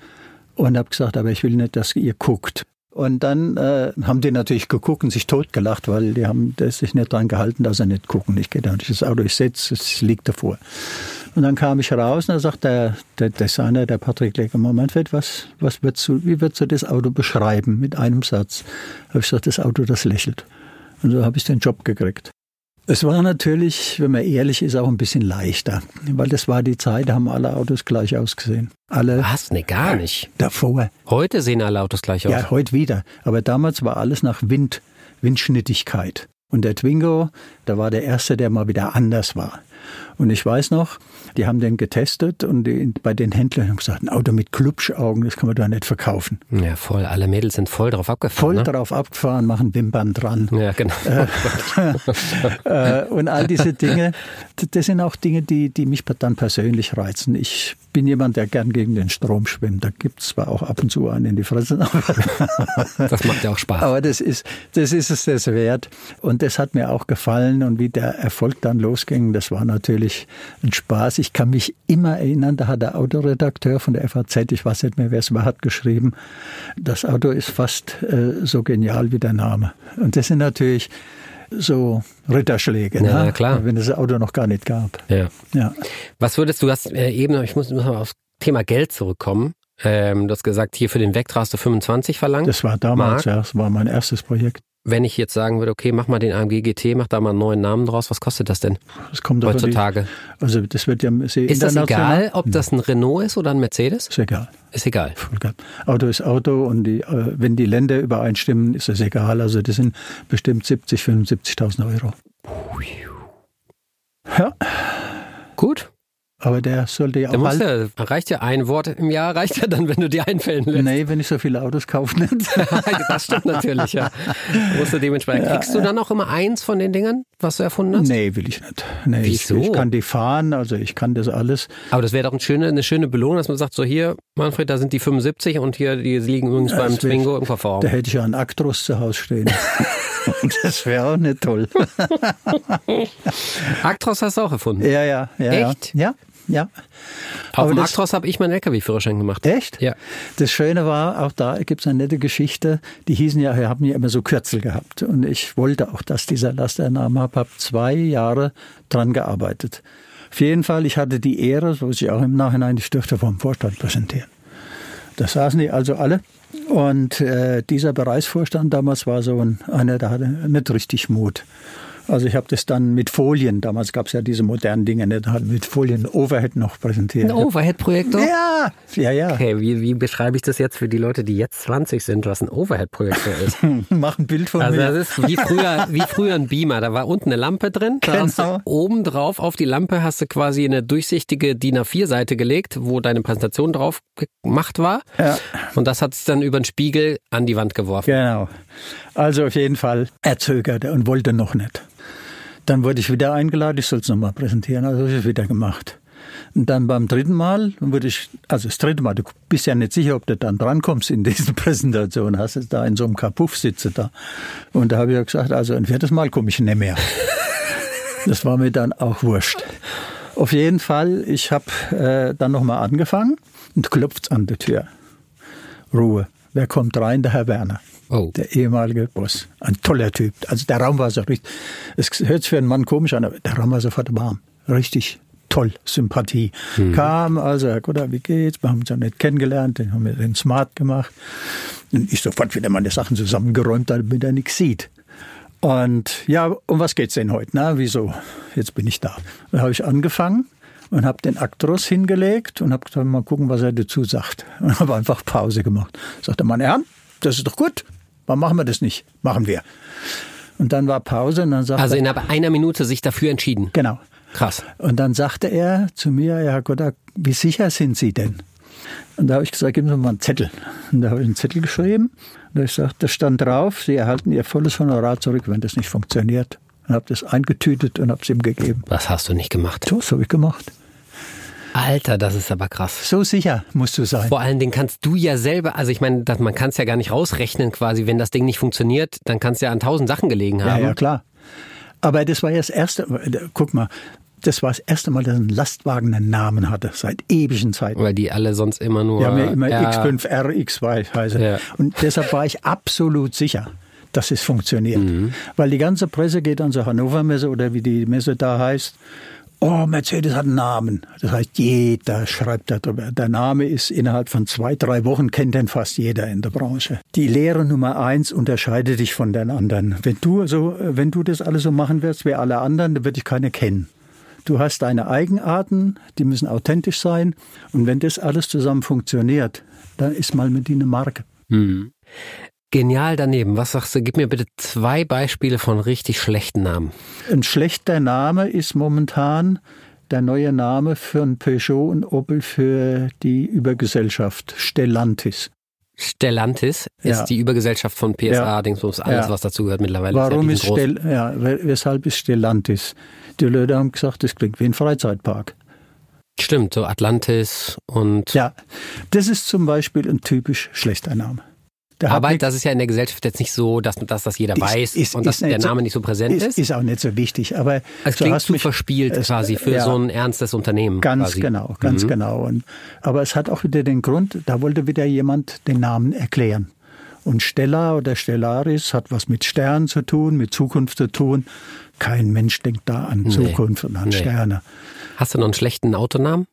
Und habe gesagt, aber ich will nicht, dass ihr guckt. Und dann äh, haben die natürlich geguckt und sich totgelacht, weil die haben das sich nicht dran gehalten, dass sie nicht gucken. Ich gehe da durch das Auto, ich sitze, es liegt davor. Und dann kam ich raus und da sagt der, der Designer, der Patrick Leckermann, Manfred, was, was würdest du, wie würdest du das Auto beschreiben mit einem Satz? Habe ich gesagt, das Auto, das lächelt. Und so habe ich den Job gekriegt. Es war natürlich, wenn man ehrlich ist, auch ein bisschen leichter, weil das war die Zeit, da haben alle Autos gleich ausgesehen. Alle
Was? Nee, gar nicht.
davor.
Heute sehen alle Autos gleich aus.
Ja, heute wieder. Aber damals war alles nach Wind, Windschnittigkeit. Und der Twingo, da war der erste, der mal wieder anders war. Und ich weiß noch, die haben den getestet und die, bei den Händlern haben gesagt, ein Auto mit Klubschaugen, das kann man doch nicht verkaufen.
Ja, voll. Alle Mädels sind voll drauf
Voll
abgefahren.
drauf abgefahren, machen Wimpern dran.
ne? Ja, genau.
äh, und all diese Dinge, d- das sind auch Dinge, die, die mich dann persönlich reizen. Ich bin jemand, der gern gegen den Strom schwimmt. Da gibt es zwar auch ab und zu einen in die Fresse, *laughs* aber,
*laughs* Das macht ja auch Spaß.
aber das, ist, das ist es das wert. Und das hat mir auch gefallen. Und wie der Erfolg dann losging, das war natürlich ein Spaß. Ich kann mich immer erinnern, da hat der Autoredakteur von der FAZ, ich weiß nicht mehr, wer es war, hat geschrieben, das Auto ist fast äh, so genial wie der Name. Und das sind natürlich so Ritterschläge,
Ja,
ne?
na klar.
wenn es das Auto noch gar nicht gab.
Ja.
Ja.
Was würdest du, du hast äh, eben, ich muss, muss mal aufs Thema Geld zurückkommen. Ähm, du hast gesagt, hier für den Vectra hast du 25 verlangt.
Das war damals,
Marc?
ja, das war mein erstes Projekt.
Wenn ich jetzt sagen würde, okay, mach mal den AMG GT, mach da mal einen neuen Namen draus, was kostet das denn
Das kommt davon,
heutzutage?
Also das wird ja sehr
Ist das
international. Hm.
egal, ob das ein Renault ist oder ein Mercedes?
Ist egal.
Ist egal.
Egal. Auto ist Auto und die, äh, wenn die Länder übereinstimmen, ist es egal. Also das sind bestimmt 70, 75.000 Euro. Ja,
Gut.
aber der sollte ja
Dann
auch
musst
halten.
du, reicht ja ein Wort im Jahr, reicht ja dann, wenn du dir einfällen lässt.
Nee, wenn ich so viele Autos kaufe, nicht.
*laughs* das stimmt natürlich, ja. Musst du dementsprechend. Kriegst du dann auch immer eins von den Dingern, was du erfunden hast?
nee, will ich nicht. Nee,
Wieso?
Ich, ich kann die fahren, also ich kann das alles.
Aber das wäre doch eine schöne, eine schöne Belohnung, dass man sagt, so hier, Manfred, da sind die 75 und hier, die liegen übrigens beim
das wär-
Twingo im
Da
Kofferraum.
hätte ich ja einen Actros zu Hause stehen. *laughs* Und das wäre auch nicht toll.
Actros hast du auch erfunden.
Ja, ja, ja.
Echt?
Ja, ja.
Auf
aber
dem
das-
Actros habe ich meinen LKW-Führerschein gemacht.
Echt?
Ja.
Das Schöne war, auch da gibt es eine nette Geschichte. Die hießen ja, wir haben ja immer so Kürzel gehabt. Und ich wollte auch, dass dieser Laster einen Namen hat. Habe zwei Jahre dran gearbeitet. Auf jeden Fall, ich hatte die Ehre, so muss ich auch im Nachhinein die Stifte vom Vorstand präsentieren. Da saßen die also alle. Und äh, dieser Bereichsvorstand damals war so ein, einer, der hatte nicht richtig Mut. Also ich habe das dann mit Folien, damals gab es ja diese modernen Dinge, ne, da hat mit Folien Overhead noch präsentiert.
Ein Overhead-Projektor?
Ja, ja, ja.
Okay, wie, wie beschreibe ich das jetzt für die Leute, die jetzt 20 sind, was ein Overhead-Projektor
*laughs*
ist?
Mach ein Bild von
Also
mir.
das ist wie früher, wie früher ein Beamer. Da war unten eine Lampe drin. Da hast du
Genau.
oben drauf auf die Lampe hast du quasi eine durchsichtige DIN A4-Seite gelegt, wo deine Präsentation drauf gemacht war.
Ja.
Und das hat sich dann über den Spiegel an die Wand geworfen.
Genau. Also auf jeden Fall, er zögerte und wollte noch nicht. Dann wurde ich wieder eingeladen, ich soll es nochmal präsentieren, also habe ich es wieder gemacht. Und dann beim dritten Mal wurde ich, also das dritte Mal, du bist ja nicht sicher, ob du dann drankommst in diesen *laughs* Präsentation, hast es da in so einem Kapuff sitze da. Und da habe ich ja gesagt, also ein viertes Mal komme ich nicht mehr. Das war mir dann auch wurscht. Auf jeden Fall, ich habe äh, dann nochmal angefangen und klopft an die Tür. Ruhe. Wer kommt rein? Der Herr Werner.
Oh.
Der ehemalige Boss. Ein toller Typ. Also der Raum war so richtig. Es hört sich für einen Mann komisch an, aber der Raum war sofort warm. Richtig toll. Sympathie. Kam also, Herr Kutter, wie geht's? Wir haben uns ja nicht kennengelernt, den haben wir den smart gemacht. Und ich sofort wieder meine Sachen zusammengeräumt, damit er nichts sieht. Und ja, um was geht's denn heute? Na, wieso? Jetzt bin ich da. Dann habe ich angefangen und habe den Aktros hingelegt und habe gesagt, mal gucken, was er dazu sagt. *laughs* Und habe einfach Pause gemacht. Sagte mein Herr, das ist doch gut. Warum machen wir das nicht? Machen wir. Und dann war Pause und dann sagte
Also innerhalb einer Minute sich dafür entschieden.
genau.
Krass.
Und dann sagte er zu mir, ja, Herr Goddard, wie sicher sind Sie denn? Und da habe ich gesagt, geben Sie mir mal einen Zettel. Und da habe ich einen Zettel geschrieben. Und da habe ich gesagt, da stand drauf, Sie erhalten Ihr volles Honorar zurück, wenn das nicht funktioniert. Und habe das eingetütet und habe es ihm gegeben.
Das hast du nicht gemacht.
So, das habe ich gemacht.
Alter, das ist aber krass.
So sicher musst du sein.
Vor allen Dingen kannst du ja selber, also ich meine, das, man kann es ja gar nicht rausrechnen quasi, wenn das Ding nicht funktioniert, dann kann es ja an tausend Sachen gelegen
Ja,
haben.
ja, klar. Aber das war ja das erste, guck mal, das war das erste Mal, dass ein Lastwagen einen Namen hatte, seit ewigen Zeiten.
Weil die alle sonst immer nur.
Wir haben ja immer
Oh, Ja.
X5R, X2 heiße.
Ja.
Und deshalb war ich absolut sicher, dass es funktioniert. Weil die ganze Presse geht an so Hannover Messe oder wie die Messe da heißt. Oh, Mercedes hat einen Namen. Das heißt, jeder schreibt darüber. Der Name ist innerhalb von zwei, drei Wochen kennt den fast jeder in der Branche. Die Lehre Nummer eins unterscheidet dich von den anderen. Wenn du so, wenn du das alles so machen wirst wie alle anderen, dann würde ich keine kennen. Du hast deine Eigenarten, die müssen authentisch sein. Und wenn das alles zusammen funktioniert, dann ist Malmedy eine Marke.
Mhm. Genial daneben. Was sagst du? Gib mir bitte zwei Beispiele von richtig schlechten Namen.
Ein schlechter Name ist momentan der neue Name für ein Peugeot und Opel für die Übergesellschaft Stellantis.
Stellantis ist
Ja.
die Übergesellschaft von PSA,
Ja.
Dingsbums, alles,
Ja.
was dazugehört mittlerweile.
Warum ist
Stellantis?
Stell, ja, we- weshalb ist Stellantis? Die Leute haben gesagt, das klingt wie ein Freizeitpark.
Stimmt, so Atlantis und
Ja, das ist zum Beispiel ein typisch schlechter Name. Der hat
Aber
nichts-
das ist ja in der Gesellschaft jetzt nicht so, dass, dass das jeder
Ist-
weiß
ist-
und dass
ist
der
nicht so-
Name nicht so präsent ist.
ist, ist auch nicht so wichtig. Aber
es
so
klingt
hast
zu
mich-
verspielt
es-
quasi für
ja.
so ein ernstes Unternehmen.
Ganz
quasi. Mhm.
genau, ganz genau. Und, aber es hat auch wieder den Grund, da wollte wieder jemand den Namen erklären. Und Stella oder Stellaris hat was mit Stern zu tun, mit Zukunft zu tun. Kein Mensch denkt da an Zukunft und an
Nee.
Sterne.
Hast du noch einen schlechten Autonamen?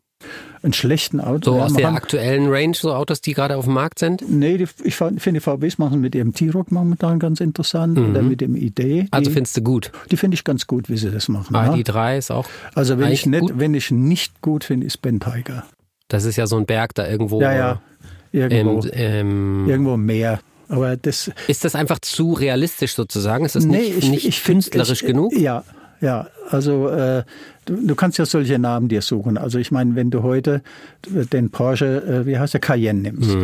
Einen schlechten Auto.
So
ja,
aus
man
der
kann-
aktuellen Range, so Autos, die gerade auf dem Markt sind?
nee, die, ich fand- finde die VWs machen mit ihrem T-Rock momentan ganz interessant oder mit dem Idee. Die,
Mhm. Also findest du gut.
die finde ich ganz gut, wie sie das machen. ja.
ID3 ist auch.
Also wenn
eigentlich
ich, nicht,
gut.
wenn ich nicht gut finde, ist Ben Tiger.
Das ist ja so ein Berg da irgendwo.
Ja, ja. Irgendwo,
Ähm, ähm,
irgendwo mehr. Aber das,
ist das einfach zu realistisch sozusagen? Ist das nicht, nicht
find-
künstlerisch
ich-
genug?
Ja, ja. Also äh, du, du kannst ja solche Namen dir suchen. Also ich meine, wenn du heute den Porsche, äh, wie heißt der, Cayenne nimmst.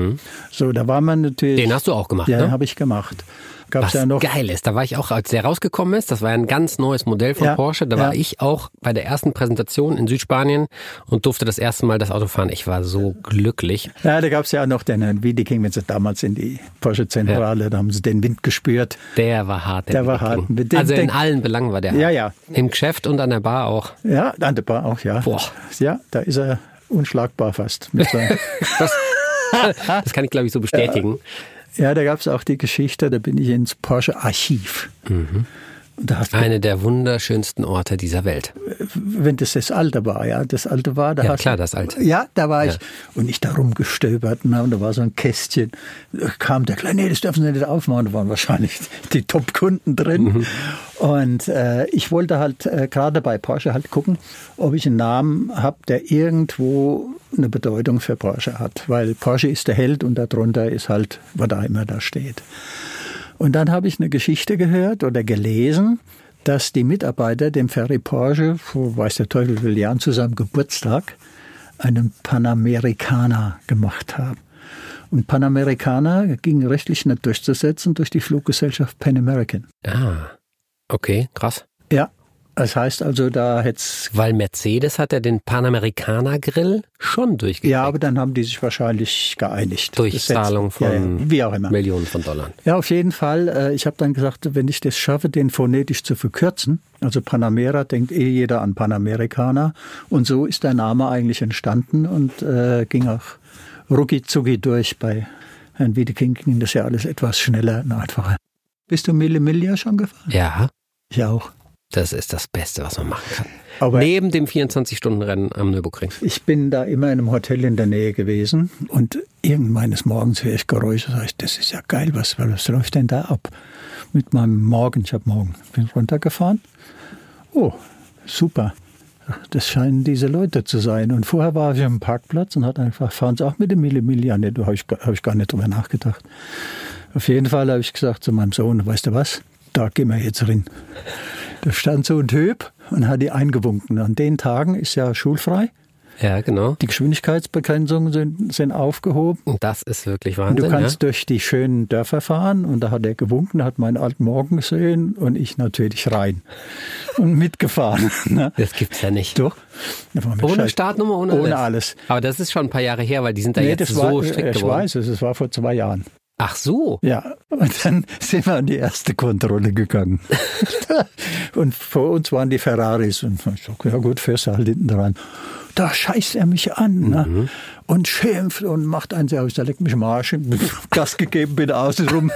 So, da war man natürlich.
Mhm. Den hast du auch gemacht,
Ja,
ne?
habe ich gemacht. Gab's
Was
ja noch.
geil ist, da war ich auch, als der rausgekommen ist, das war ja ein ganz neues Modell von
Ja,
Porsche, da
ja.
war ich auch bei der ersten Präsentation in Südspanien und durfte das erste Mal das Auto fahren. Ich war so glücklich.
Ja, da gab's ja auch noch den Herrn Wiedeking, wenn sie damals in die Porsche-Zentrale, da haben sie den Wind gespürt.
Der war hart.
Der war
Belang.
hart. Mit dem
also in
denk-
allen Belangen war der hart.
Ja, ja.
Im Geschäft und an der Bar auch.
Ja, an der Bar auch, ja.
Boah.
Ja, da ist er unschlagbar fast. Mit
*laughs*
seinem-
Das kann ich, glaube ich, so bestätigen. Mhm.
Ja, da gab's auch die Geschichte, da bin ich ins Porsche-Archiv. Da hast du-
Eine der wunderschönsten Orte dieser Welt.
wenn das das Alte war, ja, das Alte war, da
Ja,
hast
klar,
du,
das Alte.
Ja, da war
Ja.
ich und ich da rumgestöbert ne, und da war so ein Kästchen, Da kam der Kleine, nee, das dürfen Sie nicht aufmachen, da waren wahrscheinlich die Top-Kunden drin
Mhm.
und äh, ich wollte halt äh, gerade bei Porsche halt gucken, ob ich einen Namen habe, der irgendwo eine Bedeutung für Porsche hat, weil Porsche ist der Held und darunter ist halt, was da immer da steht. Und dann habe ich eine Geschichte gehört oder gelesen, dass die Mitarbeiter dem Ferry Porsche vor weiß der Teufel wie vielen Jahren zu seinem Geburtstag einen Panamericana gemacht haben. Und Panamericana ging rechtlich nicht durchzusetzen durch die Fluggesellschaft Pan American.
Ah, okay, krass.
Ja, das heißt also, da hätte es.
Weil Mercedes hat ja den Panamericana Grill schon durchgekriegt.
Ja, aber dann haben die sich wahrscheinlich geeinigt.
durch
Das hätte-
Zahlung von
ja, ja, wie auch immer.
Millionen von Dollar.
Ja, auf jeden Fall. Äh, Ich habe dann gesagt, wenn ich das schaffe, den phonetisch zu verkürzen, also Panamera denkt eh jeder an Panamerikaner. Und so ist der Name eigentlich entstanden und äh, ging auch rucki zucki durch. Bei Herrn Wiedeking ging das ja alles etwas schneller und einfacher. Bist du Mille Miglia schon gefahren?
Ja,
Ich auch.
das ist das Beste, was man machen kann.
Aber
Neben dem 24-Stunden-Rennen am Nürburgring.
Ich bin da immer in einem Hotel in der Nähe gewesen und irgendeines Morgens höre ich Geräusche, sage ich, das ist ja geil, was, was läuft denn da ab? Mit meinem Morgen, ich habe morgen, bin runtergefahren. Oh, super. Das scheinen diese Leute zu sein. Und vorher war ich am Parkplatz und hat einfach, fahren Sie auch mit dem Mille Millian? Nee, da habe ich, gar- hab ich gar nicht drüber nachgedacht. Auf jeden Fall habe ich gesagt zu meinem Sohn, weißt du was, da gehen wir jetzt rein. Da stand so ein Typ und hat die eingewunken. An den Tagen ist ja schulfrei.
Ja, genau.
Die Geschwindigkeitsbegrenzungen sind, sind aufgehoben.
Und das ist wirklich
Und
Wahnsinn.
du kannst
ja?
durch die schönen Dörfer fahren. Und da hat er gewunken, hat meinen alten Morgen gesehen und ich natürlich
*laughs*
rein und mitgefahren. ne?
Das gibt's ja nicht.
Doch. Da war mir
Ohne
scheiß-
Startnummer, ohne,
Ohne
alles.
alles.
Aber das ist schon ein paar Jahre her, weil die sind da
Nee,
jetzt
das
so
war, äh,
strikt
ich
geworden.
weiß es, es war vor zwei Jahren.
Ach so.
Ja, und dann *laughs* sind wir an die erste Kontrolle
*laughs*
gegangen. und vor uns waren die Ferraris. Und ich sag, ja gut, fährst du halt hinten dran. Da scheißt er mich an ne?
Mhm.
und schimpft und macht einen sehr aus. Da legt mich im Arsch. *laughs* Gas gegeben, bin außen
*laughs*
rum.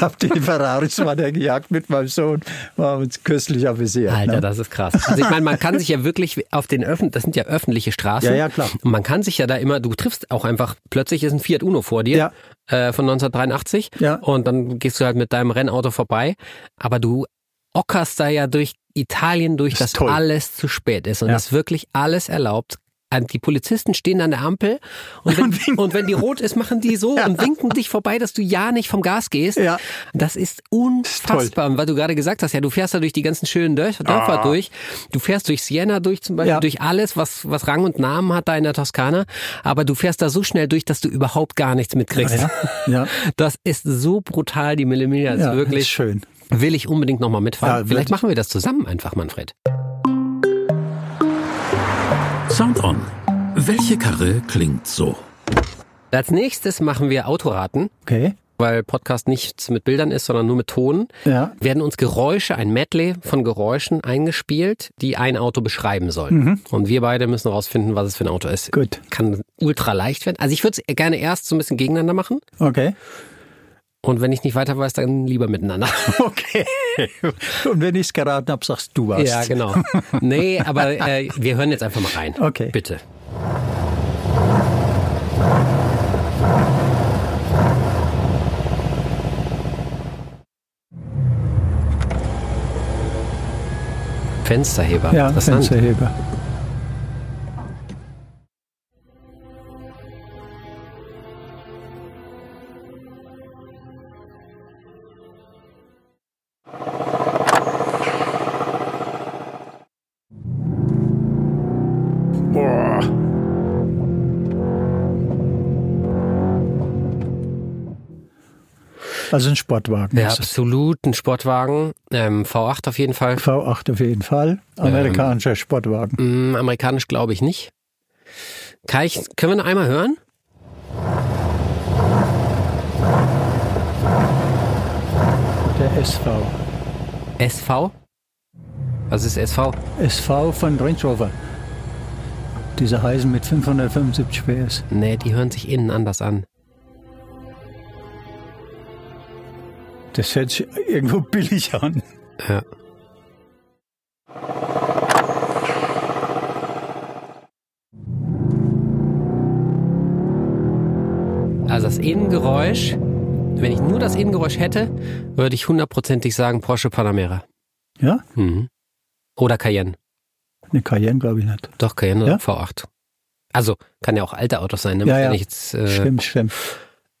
hab die Ferraris weitergejagt mit meinem Sohn. War uns köstlich amüsiert.
Alter,
ne?
das ist krass. Also ich meine, man kann sich ja wirklich auf den öffentlichen, das sind ja öffentliche Straßen.
Ja, ja, klar.
Und man kann sich ja da immer, du triffst auch einfach, plötzlich ist ein Fiat Uno vor dir
Ja.
äh, von 1983
Ja.
und dann gehst du halt mit deinem Rennauto vorbei, aber du ockerst da ja durch Italien durch,
Ist
dass
toll.
alles zu spät ist und
Ja.
dass wirklich alles erlaubt. An- Die Polizisten stehen an der Ampel und
*laughs*
wenn, und wenn die rot ist, machen die so und winken dich vorbei, dass du ja nicht vom Gas gehst.
Ja.
Das ist unfassbar. Und weil du gerade gesagt hast, ja, du fährst da durch die ganzen schönen Dör- Dörfer durch. Du fährst durch Siena durch zum Beispiel,
Ah. Ja.
durch alles, was, was Rang und Namen hat da in der Toskana. Aber du fährst da so schnell durch, dass du überhaupt gar nichts mitkriegst.
Ja, ja.
Das ist so brutal, die Millimilia. Das
Ja,
ist wirklich
ist schön.
Will ich unbedingt nochmal mitfahren.
Ja,
Vielleicht
wirklich.
machen wir das zusammen einfach, Manfred.
Sound on. Welche Karre klingt so?
Als nächstes machen wir Autoraten,
Okay.
weil Podcast nichts mit Bildern ist, sondern nur mit Ton.
Ja.
Werden uns Geräusche, ein Medley von Geräuschen eingespielt, die ein Auto beschreiben sollen. Und wir beide müssen rausfinden, was es für ein Auto ist.
Gut.
Kann ultra leicht werden. Also ich würde es gerne erst so ein bisschen gegeneinander machen.
Okay. *laughs*
Und wenn ich nicht weiter weiß, dann lieber miteinander. *laughs*
Okay. Und wenn ich es geraten habe, sagst du was.
Ja, genau. Nee, aber äh, wir hören jetzt einfach mal rein.
Okay.
Bitte. Fensterheber.
Ja,
Interessant.
Fensterheber. Also ein Sportwagen.
Ja,
ist es.
absolut ein Sportwagen. Ähm, V8 auf jeden Fall.
V8 auf jeden Fall. Amerikanischer Sportwagen.
Mm, amerikanisch glaube ich nicht. Kann ich, können wir noch einmal hören?
Der SV.
SV? Was ist SV?
SV von Range Rover. Diese heißen mit 575 PS.
Nee, die hören sich innen anders an.
Das hört sich irgendwo *laughs* billig an.
Ja. Innengeräusch, Also wenn ich nur das Innengeräusch hätte, würde ich hundertprozentig sagen Porsche Panamera.
Ja?
Mhm. Oder Cayenne.
Eine Cayenne glaube ich nicht.
Doch, Cayenne
Ja?
V8. Also, kann ja auch alte Autos sein, ne?
Ja,
Muss
ja.
Nicht jetzt, äh,
Stimmt, stimmt.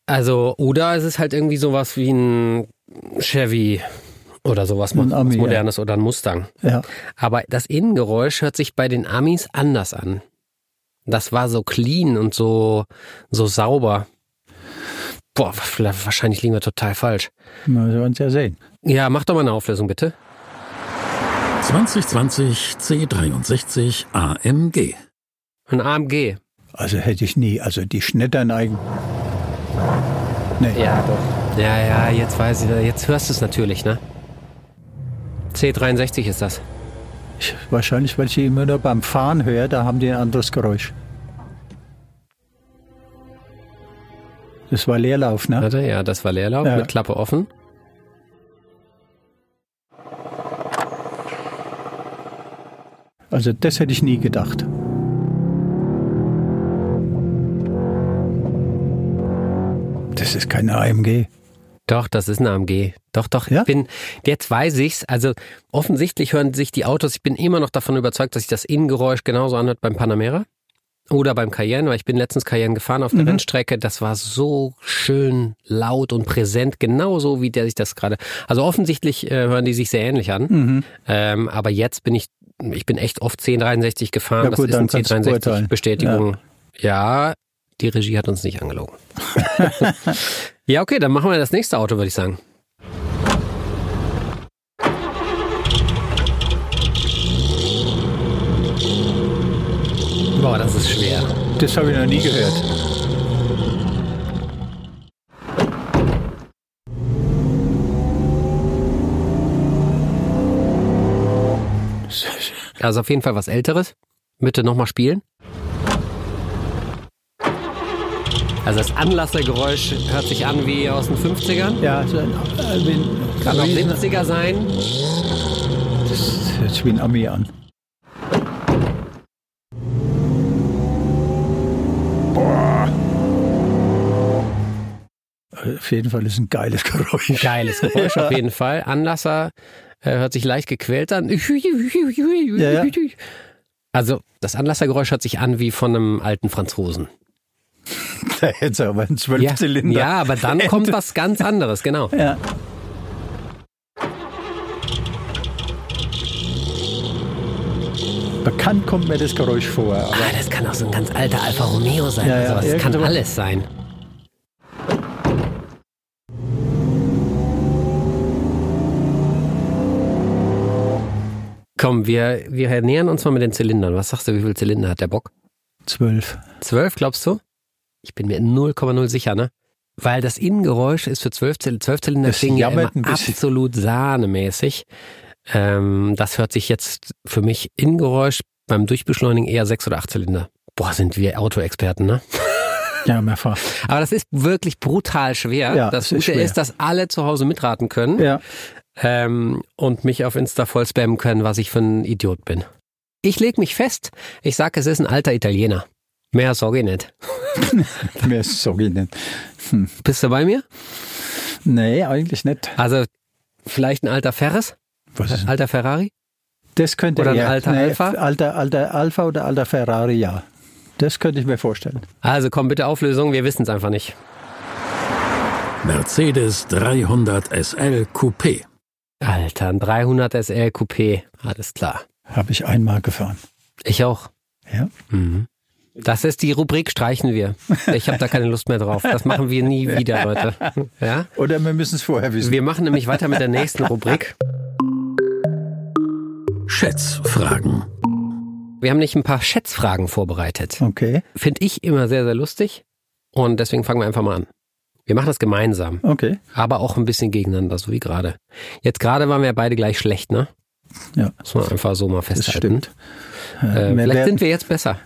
also, oder es ist halt irgendwie sowas wie ein Chevy oder sowas,
Ein Ami,
was
ja.
modernes oder ein Mustang.
Ja.
Aber das Innengeräusch hört sich bei den Amis anders an. Das war so clean und so, so sauber. Boah, vielleicht- wahrscheinlich liegen wir total falsch.
Wir werden es ja sehen.
Ja, mach doch mal eine Auflösung bitte.
2020 C63 AMG.
Ein AMG.
Also hätte ich nie. Also die schnettern eigentlich. Nee.
Ja, doch. Ja, ja, jetzt weiß ich, jetzt hörst du es natürlich, ne? C63 ist das.
Ich, wahrscheinlich, weil ich die immer nur beim Fahren höre, da haben die ein anderes Geräusch. Das war Leerlauf, ne?
Warte, ja, das war Leerlauf
Ja.
mit Klappe offen.
Also das hätte ich nie gedacht. Das ist keine AMG.
Doch, das ist ein AMG. Doch, doch.
Ja?
Ich bin, jetzt weiß ich's. Also offensichtlich hören sich die Autos. Ich bin immer noch davon überzeugt, dass sich das Innengeräusch genauso anhört beim Panamera oder beim Cayenne, weil ich bin letztens Cayenne gefahren auf der
Mhm.
Rennstrecke. Das war so schön laut und präsent, genauso wie der sich das gerade. Also offensichtlich äh, hören die sich sehr ähnlich an.
Mhm.
Ähm, aber jetzt bin ich, ich bin echt oft 1063 gefahren.
Ja, gut,
das
dann
ist ein
kannst du beurteilen.
1063 Bestätigung. ja, die Regie hat uns nicht
*laughs*
angelogen. *laughs* Ja, okay, dann machen wir das nächste Auto, würde ich sagen. Boah, das ist schwer.
Das habe ich noch nie gehört.
Also auf jeden Fall was Älteres. Bitte nochmal spielen. Also das Anlassergeräusch hört sich an wie aus den 50ern.
Ja, so ein, äh, wie ein,
Kann auch
wie ein-
70er sein.
das hört sich wie ein Ami an. Boah. Auf jeden Fall ist ein geiles *laughs* Geräusch.
Geiles Geräusch auf jeden Fall. Anlasser äh, hört sich leicht gequält an.
ja.
Also das Anlassergeräusch hört sich an wie von einem alten Franzosen.
Da hätte es aber einen
Ja,
Zwölfzylinder.
ja aber dann
*laughs*
kommt was ganz anderes, genau.
Ja. Bekannt kommt mir das Geräusch vor. Aber
Ah, das kann auch so ein ganz alter Alfa Romeo sein.
Ja,
oder
ja, genau.
sowas. das kann
irgendwo-
alles sein. Komm, wir, wir nähern uns mal mit den Zylindern. Was sagst du, wie viel Zylinder hat der Bock?
zwölf.
Zwölf, glaubst du? Ich bin mir 0,0 sicher, ne? Weil das Innengeräusch ist für zwölf, Zyl- zwölf Zylinder
Das
klingen ja immer
jammert ein bisschen.
absolut sahnemäßig. Ähm, das hört sich jetzt für mich Innengeräusch beim Durchbeschleunigen eher sechs oder acht Zylinder. Boah, sind wir Autoexperten, ne?
Ja, mehrfach.
Aber das ist wirklich brutal schwer.
Ja,
das
es ist
Gute
schwer.
ist, dass alle zu Hause mitraten können
Ja.
ähm, und mich auf Insta voll spammen können, was ich für ein Idiot bin. Ich leg mich fest, ich sag, es ist ein alter Italiener. Mehr sorge ich nicht.
Mehr sage ich nicht. Hm.
Bist du bei mir?
Nee, eigentlich nicht.
Also vielleicht ein alter Ferris,
Was ist
alter Ferrari.
das könnte
Oder ein
ja-
alter Alpha?
Alter, alter Alpha oder alter Ferrari, ja. Das könnte ich mir vorstellen.
Also komm bitte Auflösung, wir wissen es einfach nicht.
Mercedes 300 SL Coupé.
Alter, ein 300 SL Coupé, alles klar.
Habe ich einmal gefahren.
Ich auch.
Ja.
Mhm. Das ist die Rubrik streichen wir. Ich habe da keine Lust mehr drauf. Das machen wir nie wieder, Leute. Ja?
Oder wir müssen es vorher wissen.
Wir machen nämlich weiter mit der nächsten Rubrik.
Schätzfragen.
Wir haben nicht ein paar Schätzfragen vorbereitet.
Okay,
Finde ich immer sehr, sehr lustig. Und deswegen fangen wir einfach mal an. Wir machen das gemeinsam,
okay.
aber auch ein bisschen gegeneinander, so wie gerade. Jetzt gerade waren wir beide gleich schlecht, ne?
Ja,
Muss man einfach so mal
das
festhalten.
stimmt.
Äh,
Wir
vielleicht
werden-
sind wir
*laughs*
jetzt besser.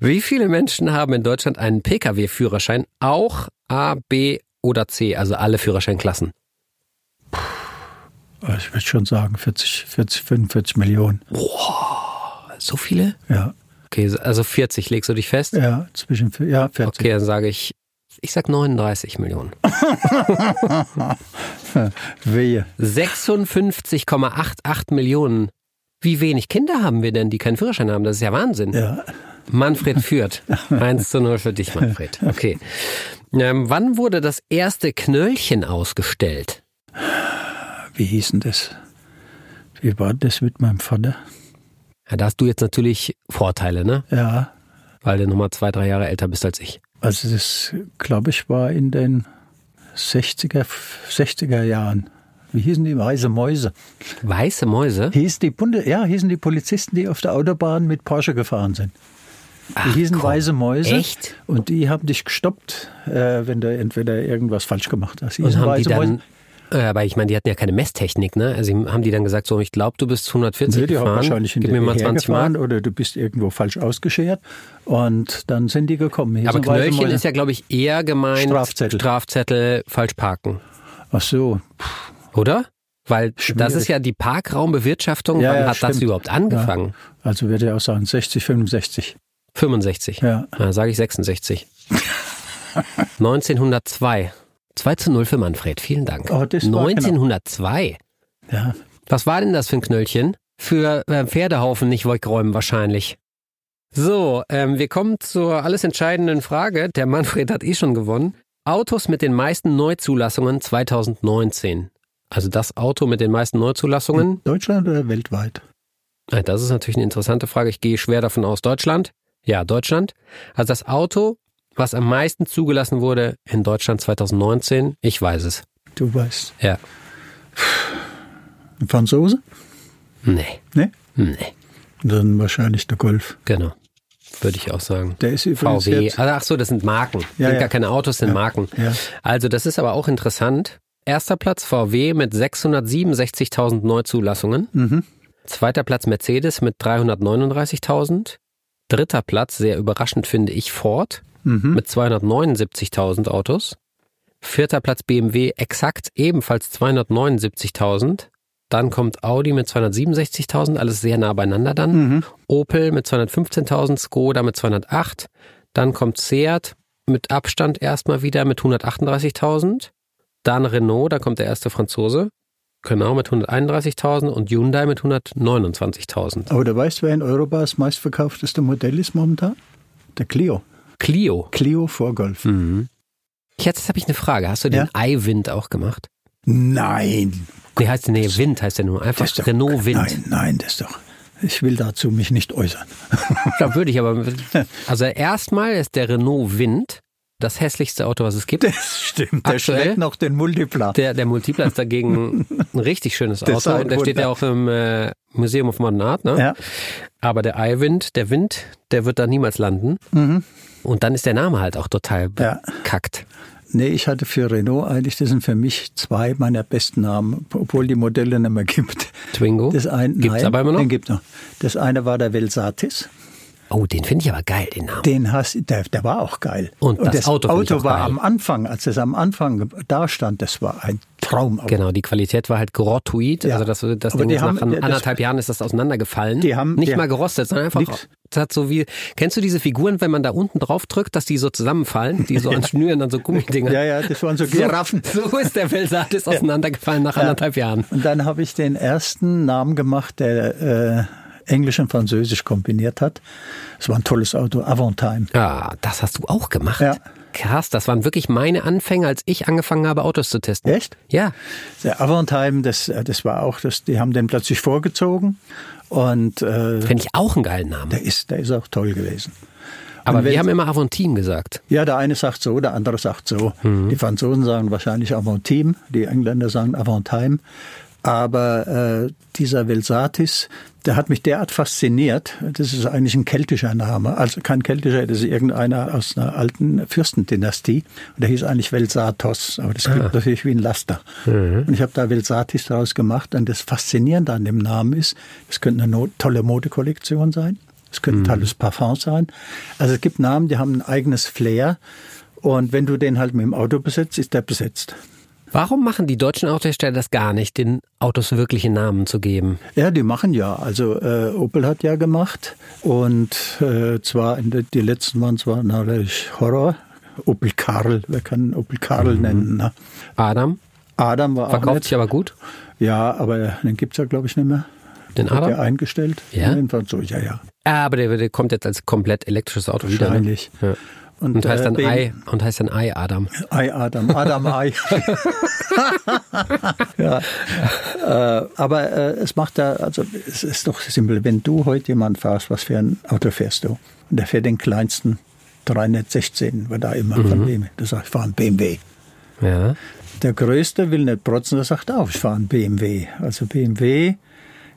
Wie viele Menschen haben in Deutschland einen Pkw-Führerschein, auch A, B oder C, also alle Führerscheinklassen?
Also Ich würde schon sagen, 40, 40, 45 Millionen.
So viele?
Ja.
Okay, also 40 legst du dich fest?
Ja, zwischen vier- ja, 40.
Okay, dann sage ich, ich sag 39 Millionen.
*laughs* Wehe.
56,88 Millionen. Wie wenig Kinder haben wir denn, die keinen Führerschein haben? Das ist ja Wahnsinn.
Ja.
Manfred führt. 1 zu 0 für dich, Manfred. Okay. Ähm, wann wurde das erste Knöllchen ausgestellt?
Wie hieß denn das? Wie war das mit meinem Vater?
Ja, da hast du jetzt natürlich Vorteile, ne?
Ja,
Weil du nochmal zwei, drei Jahre älter bist als ich.
also das, glaube ich, war in den 60er, 60er Jahren. Wie hießen die weiße Mäuse?
Weiße Mäuse?
Hieß die Bunde, ja, hießen die Polizisten, die auf der Autobahn mit Porsche gefahren sind. Die hießen
komm.
weiße Mäuse.
Echt?
Und die haben dich gestoppt, äh, wenn du entweder irgendwas falsch gemacht hast. Die
Und
hießen
haben die
Weiße Mäuse.
dann, äh, aber ich meine, die hatten ja keine Messtechnik, ne? Also die- haben die dann gesagt, so, ich glaube, du bist 140
Nee, die haben
gefahren,
wahrscheinlich
gib mir
hinterher
mal 20
gefahren
Mark.
oder du bist irgendwo falsch ausgeschert und dann sind die gekommen. Hier
Aber
sind weiße
Knöllchen
Mäuse.
ist ja, glaube ich, eher gemeint
Strafzettel.
Strafzettel, falsch parken,
Ach so,
oder? Weil das
Schwierig.
ist ja die Parkraumbewirtschaftung.
Ja,
Wann
ja,
hat das
stimmt.
überhaupt angefangen?
also würde ich auch sagen 60, 65.
65.
Ja.
Na, sage
*laughs*
ich 66. 1902. 2 zu 0 für Manfred. Vielen Dank.
Oh, das war
1902.
Ja,
Was war denn das für ein Knöllchen? Für äh, Pferdehaufen nicht wegräumen wahrscheinlich. So, ähm, wir kommen zur alles entscheidenden Frage. Der Manfred hat eh schon gewonnen. Autos mit den meisten Neuzulassungen 2019. Also das Auto mit den meisten Neuzulassungen.
Deutschland oder weltweit?
Ah, Das ist natürlich eine interessante Frage. Ich gehe schwer davon aus, Deutschland. Ja, Deutschland. Also das Auto, was am meisten zugelassen wurde in Deutschland 2019, ich weiß es.
Du weißt.
Ja.
Ein Franzose?
Nee.
Ne?
Nee.
Dann wahrscheinlich der Golf.
Genau. Würde ich auch sagen.
Der ist übrigens
VW.
jetzt-
Also, ach so, das sind Marken.
Ja,
sind
ja.
gar keine Autos, sind Marken.
ja.
Also das ist aber auch interessant. Erster Platz VW mit 667.000 Neuzulassungen.
Mhm.
Zweiter Platz Mercedes mit 339.000. Dritter Platz, sehr überraschend finde ich, Ford
Mhm.
mit 279.000 Autos. Vierter Platz BMW exakt ebenfalls 279.000. Dann kommt Audi mit 267.000, alles sehr nah beieinander dann.
Mhm.
Opel mit 215.000, Skoda mit 208. Dann kommt Seat mit Abstand erstmal wieder mit 138.000. Dann Renault, da kommt der erste Franzose. Genau, mit 131.000 und Hyundai mit 129.000.
Aber du weißt, wer in Europa das meistverkaufteste Modell ist momentan? Der Clio.
Clio.
Clio vor Golf.
Jetzt, jetzt habe ich eine Frage. Hast du den
Mhm. Ja?
iWind auch gemacht?
Nein.
Nee, heißt, nee, Wind heißt der nur. Einfach
Das ist doch-
Renault Wind.
Nein, nein, das ist doch. Ich will dazu mich nicht äußern. *laughs*
Da würde ich aber. Also erstmal ist der Renault Wind das hässlichste Auto, was es gibt.
Das stimmt.
Aktuell?
Der schlägt noch den Multipla.
Der, der Multipla ist dagegen ein
*laughs*
richtig schönes
Das ist
Auto.
ein
Und der steht ja
Wunder.
auch im äh, Museum of Modern Art, ne?
Ja.
Aber der Eiwind, der Wind, der wird da niemals landen. Und dann ist der Name halt auch total
Mhm. Ja.
bekackt.
Nee, ich hatte für Renault eigentlich, das sind für mich zwei meiner besten Namen, obwohl die Modelle nicht mehr gibt.
Twingo.
Das ein,
Oh, Gibt's
nein,
aber immer noch?
Den gibt noch. Das eine war der Velsatis.
Oh, den finde ich aber geil, den Namen.
Den hast, der, der war auch geil.
Und das Auto finde ich auch
war
geil.
am Anfang, als es am Anfang da stand, das war ein Traumauto.
Genau, die Qualität war halt grottuit.
Ja.
Also das, das
Aber
Ding
die
ist
haben-
nach an-
das-
anderthalb Jahren ist das auseinandergefallen.
Die haben-
nicht
die-
mal gerostet, sondern einfach.
Nix.
Das hat so wie, kennst du diese Figuren, wenn man da unten drauf drückt, dass die so zusammenfallen, die
*laughs*
so an Schnüren, dann so Gummidinger.
Ja, ja, das waren so Giraffen.
*laughs* So, so ist der Velsatis auseinandergefallen nach anderthalb Jahren.
Und dann habe ich den ersten Namen gemacht, der äh, Englisch und Französisch kombiniert hat. Es war ein tolles Auto, Avantime.
Ah, das hast du auch gemacht.
Ja.
Krass, das waren wirklich meine Anfänge, als ich angefangen habe, Autos zu testen.
Echt?
Ja.
Der Avantime, das, äh, das war auch, das, die haben den plötzlich vorgezogen und äh,
Finde ich auch einen geilen Namen.
der, ist, der ist auch toll gewesen.
Aber
und wenn-
wir haben immer Avontin gesagt.
Ja, der eine sagt so, der andere sagt so. Die Franzosen sagen wahrscheinlich Avantime, die Engländer sagen Avantime. Aber äh, dieser Velsatis, der hat mich derart fasziniert. Das ist eigentlich ein keltischer Name. Also kein keltischer, das ist irgendeiner aus einer alten Fürstendynastie. Und der hieß eigentlich Velsatos. Aber das klingt natürlich wie ein Laster. Und ich habe da Velsatis daraus gemacht. Und das Faszinierende an dem Namen ist, das könnte eine no tolle Modekollektion sein. Es
Mhm.
könnte ein tolles Parfum sein. Also es gibt Namen, die haben ein eigenes Flair. Und wenn du den halt mit dem Auto besetzt, ist der besetzt.
Warum machen die deutschen Autohersteller das gar nicht, den Autos wirkliche Namen zu geben?
Ja, die machen ja. Also äh, Opel hat ja gemacht und äh, zwar in de, die letzten waren zwar natürlich Horror. Opel Karl, wer kann Opel Karl nennen? Ne?
Adam
Adam war auch
Mhm. verkauft
nett.
sich aber gut.
Ja, aber den gibt's ja glaube ich nicht mehr.
Den
Hat
Adam?
der eingestellt?
Ja.
Jedenfalls so, ja, ja.
Aber der, der kommt jetzt als komplett elektrisches Auto wieder. Ne?
Wahrscheinlich.
Ja. Und, heißt dann
äh,
Ei und heißt dann Ei Adam.
Ei Adam, Adam Ei. ja. äh, aber äh, es macht da, also es ist doch simpel, wenn du heute jemand fährst, was für ein Auto fährst du? Und der fährt den kleinsten 316, war da immer von dem. Der sagt, ich fahre einen BMW.
Ja.
Der Größte will nicht protzen, der sagt auch, ich fahre einen BMW. Also BMW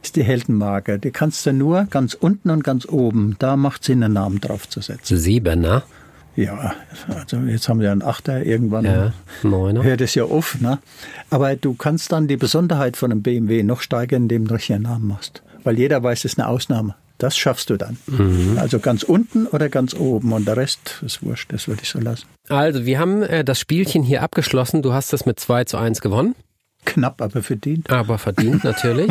ist die Heldenmarke. Die kannst du nur ganz unten und ganz oben, da macht Sinn, einen Namen draufzusetzen.
Siebener.
Ja, also jetzt haben wir einen Achter irgendwann.
Ja. Neuner.
hört es ja auf. Ne? Aber du kannst dann die Besonderheit von einem BMW noch steigern, indem du einen richtigen Namen machst. Weil jeder weiß, es ist eine Ausnahme. Das schaffst du dann.
Mhm.
Also ganz unten oder ganz oben. Und der Rest ist wurscht, das würde ich so lassen.
Also, wir haben äh, das Spielchen hier abgeschlossen. Du hast das mit 2 zu 1 gewonnen.
Knapp, aber verdient.
Aber
*laughs*
verdient natürlich.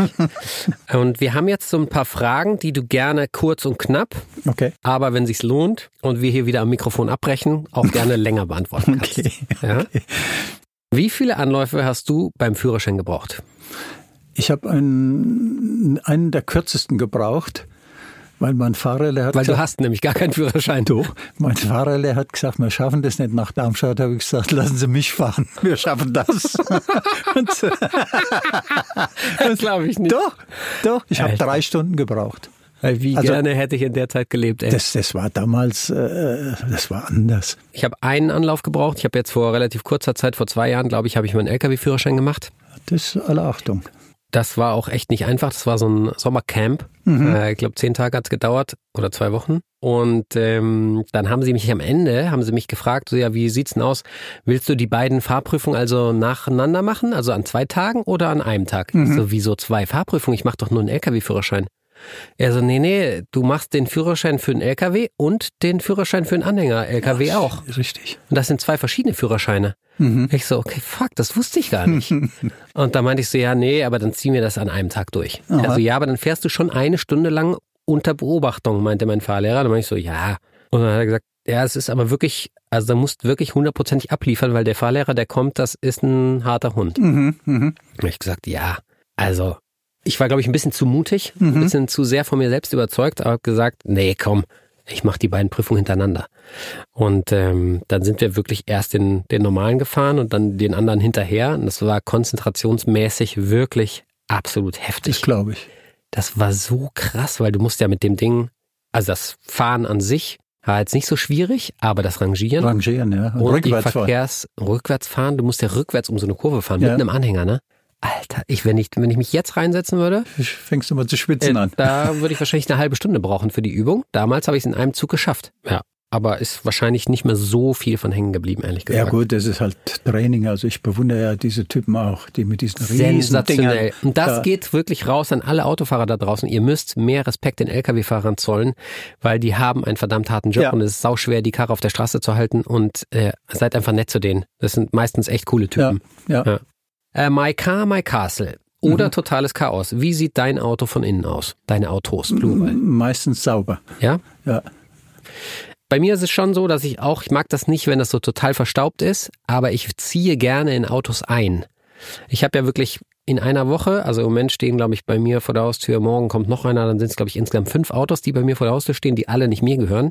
und wir haben jetzt so ein paar Fragen, die du gerne kurz und knapp,
Okay.
aber wenn sich's lohnt und wir hier wieder am Mikrofon abbrechen, auch
*laughs*
gerne länger beantworten kannst.
Okay.
Ja? Wie viele Anläufe hast du beim Führerschein gebraucht?
Ich habe einen, einen der kürzesten gebraucht, weil mein Fahrer, der hat
Weil du
gesagt,
hast nämlich gar keinen Führerschein.
Doch, mein Fahrer, der hat gesagt, wir schaffen das nicht nach Darmstadt. habe ich gesagt, lassen Sie mich fahren, wir schaffen
*laughs*
das. Und so,
Das glaube ich nicht.
doch, doch, ich habe
Alter.
drei Stunden gebraucht.
Wie
Also-
gerne hätte ich in der Zeit gelebt, ey.
Das, das war damals, äh, das war anders.
Ich habe einen Anlauf gebraucht. Ich habe jetzt vor relativ kurzer Zeit, vor zwei Jahren, glaube ich, habe ich meinen LKW-Führerschein gemacht.
Das ist alle Achtung.
Das war auch echt nicht einfach. Das war so ein Sommercamp. Äh, ich glaube, zehn Tage hat's gedauert oder zwei Wochen. Und ähm, dann haben sie mich am Ende, haben sie mich gefragt, so, ja, wie sieht's denn aus? Willst du die beiden Fahrprüfungen also nacheinander machen? Also an zwei Tagen oder an einem Tag? Ich So, wieso zwei Fahrprüfungen? Ich mache doch nur einen LKW-Führerschein. Er so, nee, nee, du machst den Führerschein für einen LKW und den Führerschein für einen Anhänger. LKW auch.
Richtig.
Und das sind zwei verschiedene Führerscheine. Ich so, okay, fuck, das wusste ich gar nicht. und da meinte ich so, ja, nee, aber dann ziehen wir das an einem Tag durch. Also ja, aber dann fährst du schon eine Stunde lang unter Beobachtung, meinte mein Fahrlehrer. Dann meinte ich so, ja. Und dann hat er gesagt, ja, es ist aber wirklich, also da musst du wirklich hundertprozentig abliefern, weil der Fahrlehrer, der kommt, das ist ein harter Hund.
Mhm, mhm.
Hab ich gesagt, ja, also ich war, glaube ich, ein bisschen zu mutig, ein bisschen zu sehr von mir selbst überzeugt, aber hab gesagt, nee, komm, ich mache die beiden Prüfungen hintereinander. Und ähm, dann sind wir wirklich erst den, den normalen gefahren und dann den anderen hinterher. Und das war konzentrationsmäßig wirklich absolut
Das
heftig.
glaube ich.
Das war so krass, weil du musst ja mit dem Ding, also das Fahren an sich war jetzt nicht so schwierig, aber das Rangieren
Rangieren, ja. Also Und
und
rückwärts
die
fahren.
Verkehrs rückwärts fahren, du musst ja rückwärts um so eine Kurve fahren
Ja.
mit einem Anhänger, ne? Alter, ich wenn ich wenn ich mich jetzt reinsetzen würde,
Fängst du mal zu
äh,
schwitzen an.
da würde ich wahrscheinlich eine halbe Stunde brauchen für die Übung. Damals habe ich es in einem Zug geschafft. Ja, aber ist wahrscheinlich nicht mehr so viel von hängen geblieben, ehrlich
Ja
gesagt.
gut, das ist halt Training. Also ich bewundere ja diese Typen auch, die mit diesen riesen Dingern.
Sensationell. Und das
da-
geht wirklich raus an alle Autofahrer da draußen. Ihr müsst mehr Respekt den Lkw-Fahrern zollen, weil die haben einen verdammt harten Job
Ja.
und es ist sauschwer, die Karre auf der Straße zu halten und äh, seid einfach nett zu denen. Das sind meistens echt coole Typen.
Ja, ja.
Ja. Äh, my Car, My Castle. Oder totales Chaos. Wie sieht dein Auto von innen aus? Deine Autos,
Mhm.
Plural.
Meistens sauber.
Ja?
Ja.
Bei mir ist es schon so, dass ich auch, ich mag das nicht, wenn das so total verstaubt ist, aber ich ziehe gerne in Autos ein. Ich habe ja wirklich in einer Woche, also im Moment stehen, glaube ich, bei mir vor der Haustür, morgen kommt noch einer, dann sind es, glaube ich, insgesamt fünf Autos, die bei mir vor der Haustür stehen, die alle nicht mir gehören.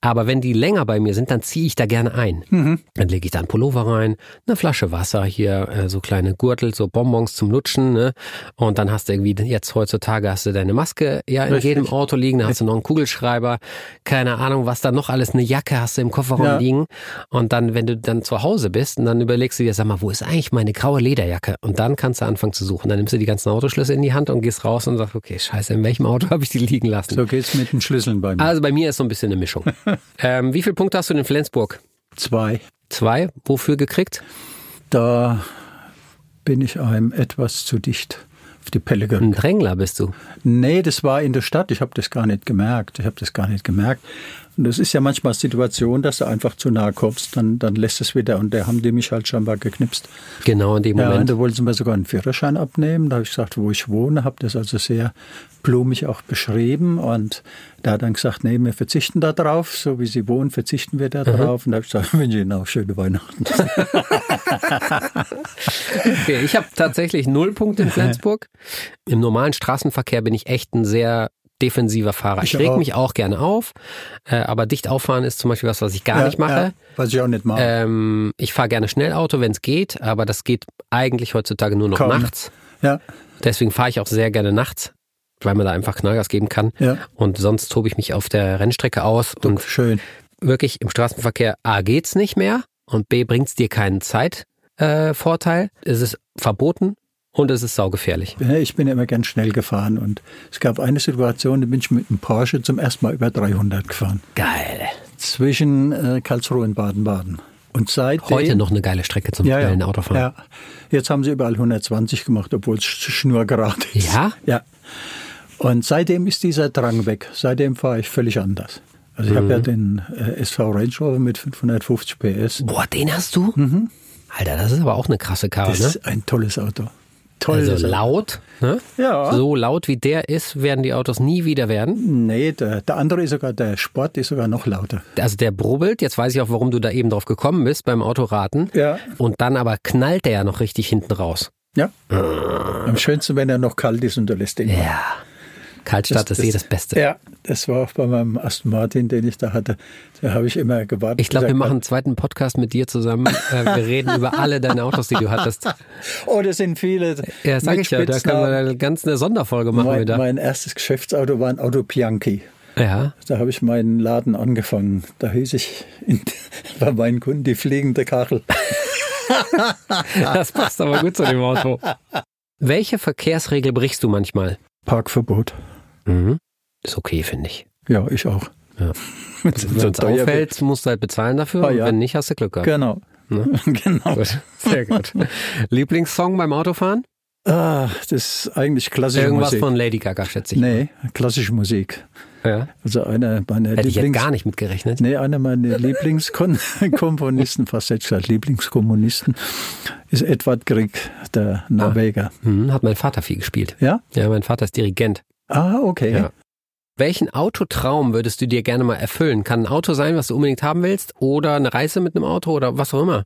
Aber wenn die länger bei mir sind, dann ziehe ich da gerne ein.
Mhm.
Dann lege ich da einen Pullover rein, eine Flasche Wasser hier, äh, so kleine Gürtel, so Bonbons zum Lutschen. Ne? Und dann hast du irgendwie, jetzt heutzutage hast du deine Maske ja in
Richtig.
jedem Auto liegen, dann hast du noch einen Kugelschreiber, keine Ahnung, was da noch alles, eine Jacke hast du im Kofferraum
Ja.
liegen. Und dann, wenn du dann zu Hause bist, und dann überlegst du dir, sag mal, wo ist eigentlich meine graue Lederjacke? Und dann kannst du anfangen zu suchen. Dann nimmst du die ganzen Autoschlüssel in die Hand und gehst raus und sagst, okay, scheiße, in welchem Auto *laughs* habe ich die liegen lassen?
So geht's mit den Schlüsseln bei mir.
Also bei mir ist so ein bisschen eine *laughs* Mischung. ähm, wie viele Punkte hast du denn in Flensburg?
Zwei.
Zwei. Wofür gekriegt?
Da bin ich einem etwas zu dicht auf die Pelle gegangen.
Ein Drängler bist du.
Nee, das war in der Stadt. Ich habe das gar nicht gemerkt. Ich habe das gar nicht gemerkt. Und das ist ja manchmal Situation, dass du einfach zu nahe kommst, dann, dann lässt es wieder. Und da haben die mich halt scheinbar geknipst.
Genau in dem
Ja, und
Moment.
da wollten sie mir sogar einen Führerschein abnehmen. Da habe ich gesagt, wo ich wohne, habe das also sehr blumig auch beschrieben. Und da hat dann gesagt, nee, wir verzichten da drauf. So wie sie wohnen, verzichten wir da
Mhm.
drauf. Und da habe ich gesagt, *laughs* wünsche Ihnen auch schöne Weihnachten.
Okay, ich habe tatsächlich null Punkte *laughs* in Flensburg. Im normalen Straßenverkehr bin ich echt ein sehr defensiver Fahrer. Ich,
Ich
reg
auch.
mich auch gerne auf, äh, aber dicht auffahren ist zum Beispiel was, was ich gar nicht mache.
was ich auch nicht mache.
Ähm, ich fahre gerne Schnellauto, wenn es geht, aber das geht eigentlich heutzutage nur noch
Kaum.
nachts.
ja,
Deswegen fahre ich auch sehr gerne nachts, weil man da einfach Knallgas geben kann.
ja,
Und sonst tobe ich mich auf der Rennstrecke aus und
schön.
wirklich im Straßenverkehr A geht's nicht mehr und B bringt's dir keinen Zeitvorteil. Äh, Vorteil. es ist verboten und es ist saugefährlich.
Ja, Ich bin ja immer ganz schnell gefahren. Und es gab eine Situation, da bin ich mit einem Porsche zum ersten Mal über 300 gefahren.
Geil.
Zwischen äh, Karlsruhe und Baden-Baden. Und seitdem...
Heute noch eine geile Strecke zum
Ja,
schnellen
ja.
Autofahren.
Ja. Jetzt haben sie überall 120 gemacht, obwohl es sch- schnurgerade ist.
Ja?
Ja. Und seitdem ist dieser Drang weg. Seitdem fahre ich völlig anders. Also ich habe
Mhm.
ja den äh, SV Range Rover mit 550 PS.
Boah, den hast du? Alter, das ist aber auch eine krasse Karre,
Mhm. Das
ne?
ist ein tolles Auto. Tolles
Also
Auto.
laut, ne?
Ja.
So laut wie der ist, werden die Autos nie wieder werden.
Nee, der, der andere ist sogar, der Sport ist sogar noch lauter.
Also der brubbelt, jetzt weiß ich auch, warum du da eben drauf gekommen bist beim Autoraten.
Ja.
Und dann aber knallt der ja noch richtig hinten raus.
Ja. Am schönsten, wenn er noch kalt ist und du lässt ihn.
Äh. Ja. Kaltstadt ist eh das Beste.
Ja, das war auch bei meinem Aston Martin, den ich da hatte. Da habe ich immer gewartet.
Ich glaube, wir
gesagt,
machen einen zweiten Podcast mit dir zusammen. Äh, Wir reden über alle deine Autos, die
*laughs*
du hattest.
Oh, das sind viele.
Ja, sag
mit
ich ja, da können wir
Spitznamen.
eine ganz eine Sonderfolge machen
mein,
wieder.
mein erstes Geschäftsauto war ein Auto Bianchi.
Ja.
Da habe ich meinen Laden angefangen. Da hieß ich in, *laughs* bei meinen Kunden die fliegende Kachel.
Das passt aber gut zu
*laughs*
dem Auto. Welche Verkehrsregel brichst du manchmal?
Parkverbot.
Mhm. Ist okay, finde ich.
Ja, ich auch. *laughs*
Ja.
Wenn's
Wenn es uns
teuer wird.
auffällt, musst du halt bezahlen dafür.
Ah, ja.
Und wenn nicht, hast du Glück gehabt.
Genau. *laughs* genau.
ne? Gut. Sehr gut. *laughs* Lieblingssong beim Autofahren?
Ah, das ist eigentlich klassische
Irgendwas
Musik.
von Lady Gaga, schätze ich.
nee, klassische Musik.
Ja.
Also einer meiner
Hätte ich jetzt
Lieblings...
gar nicht mitgerechnet.
Nee, einer
*laughs*
meiner Lieblingskomponisten, fast jetzt gesagt Lieblingskommunisten, ist Edward Grieg,
Ah.
der Norweger.
Mhm, hat mein Vater viel gespielt.
Ja?
Ja, mein Vater ist Dirigent.
Ah, okay.
Ja. Welchen Autotraum würdest du dir gerne mal erfüllen? Kann ein Auto sein, was du unbedingt haben willst? Oder eine Reise mit einem Auto oder was auch immer?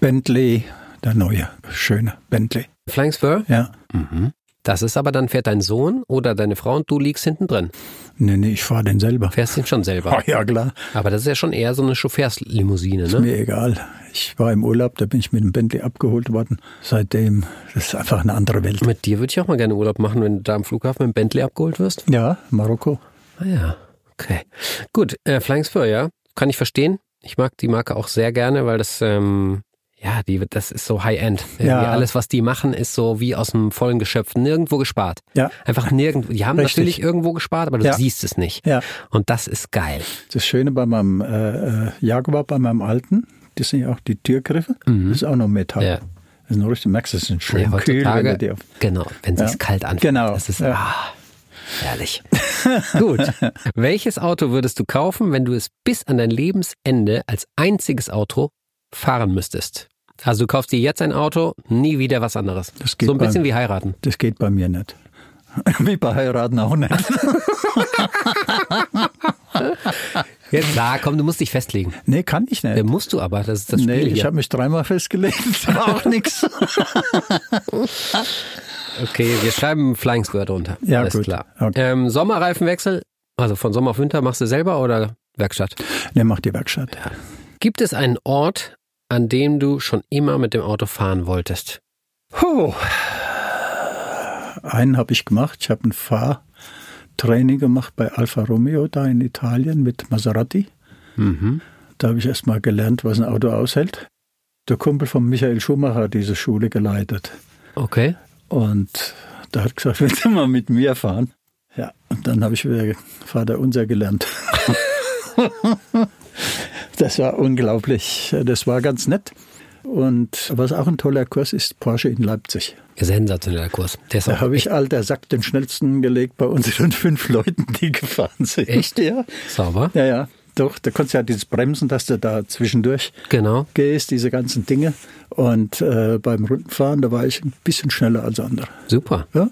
Bentley, der neue, schöne Bentley.
Flying Spur?
Ja. Mhm.
Das ist aber dann fährt dein Sohn oder deine Frau und du liegst hinten drin.
Nee, nee, ich fahre den selber.
Fährst ihn schon
Ah,
selber.
ja, klar.
Aber das ist ja schon eher so eine Chauffeurslimousine,
Ist
ne?
mir egal. Ich war im Urlaub, da bin ich mit dem Bentley abgeholt worden. Seitdem, das ist einfach eine andere Welt.
Mit dir würde ich auch mal gerne Urlaub machen, wenn du da am Flughafen mit dem Bentley abgeholt wirst.
Ja, Marokko.
Ah ja, okay. Gut, äh, Flying Spur, ja. Kann ich verstehen. Ich mag die Marke auch sehr gerne, weil das, ähm, ja, die, das ist so High-End.
Ja.
Irgendwie Alles, was die machen, ist so wie aus dem vollen Geschöpf. Nirgendwo gespart.
Ja,
Einfach nirgendwo. Die haben
Richtig.
natürlich irgendwo gespart, aber du
Ja.
siehst es nicht.
ja.
Und das ist geil.
Das Schöne bei meinem äh, äh, Jaguar, bei meinem alten, das sind ja auch die Türgriffe. Das ist auch noch Metall.
Mhm. Ja.
Das ist noch richtig, merkst du, das sind schön
Ja,
kühl, wenn du die auf
genau, wenn es
Ja.
sich kalt anfühlt.
Genau,
Das ist,
ja.
ah,
*laughs*
herrlich. Gut. Welches Auto würdest du kaufen, wenn du es bis an dein Lebensende als einziges Auto fahren müsstest? Also du kaufst dir jetzt ein Auto, nie wieder was anderes.
Das geht
so ein bisschen
beim-
wie heiraten.
Das geht bei mir nicht. *laughs* Wie bei Heiraten auch nicht.
*laughs* Jetzt sag, komm, du musst dich festlegen.
Nee, kann ich
Äh,
nicht.
musst du aber, das ist das
Nee,
Spiel
ich
hier.
habe mich dreimal
*laughs*
festgelegt. *laughs* War auch nichts.
Okay, wir schreiben Flying Square drunter.
Ja,
Alles
gut.
klar.
Okay.
Ähm, Sommerreifenwechsel, also von Sommer auf Winter machst du selber oder Werkstatt?
Nee, mach die Werkstatt.
Gibt es einen Ort, an dem du schon immer mit dem Auto fahren wolltest?
Puh. Einen habe ich gemacht. Ich habe ein Fahrtraining gemacht bei Alfa Romeo da in Italien mit Maserati.
Mhm.
Da habe ich erst mal gelernt, was ein Auto aushält. Der Kumpel von Michael Schumacher hat diese Schule geleitet.
Okay.
Und da hat gesagt, *laughs* willst du mal mit mir fahren? Ja, und dann habe ich wieder Vater unser gelernt. *laughs* das war unglaublich. Das war ganz nett. Und was auch ein toller Kurs ist, Porsche in Leipzig.
Sensationeller Kurs. Der ist
Da
auch
habe ich alter Sack den schnellsten gelegt bei uns schon fünf Leuten, die gefahren sind.
Echt?
Ja.
sauber.
Ja, ja. Doch, da konntest du ja dieses Bremsen, dass du da zwischendurch
Genau.
gehst, diese ganzen Dinge. Und äh, beim Rundenfahren, da war ich ein bisschen schneller als andere.
Super.
Ja,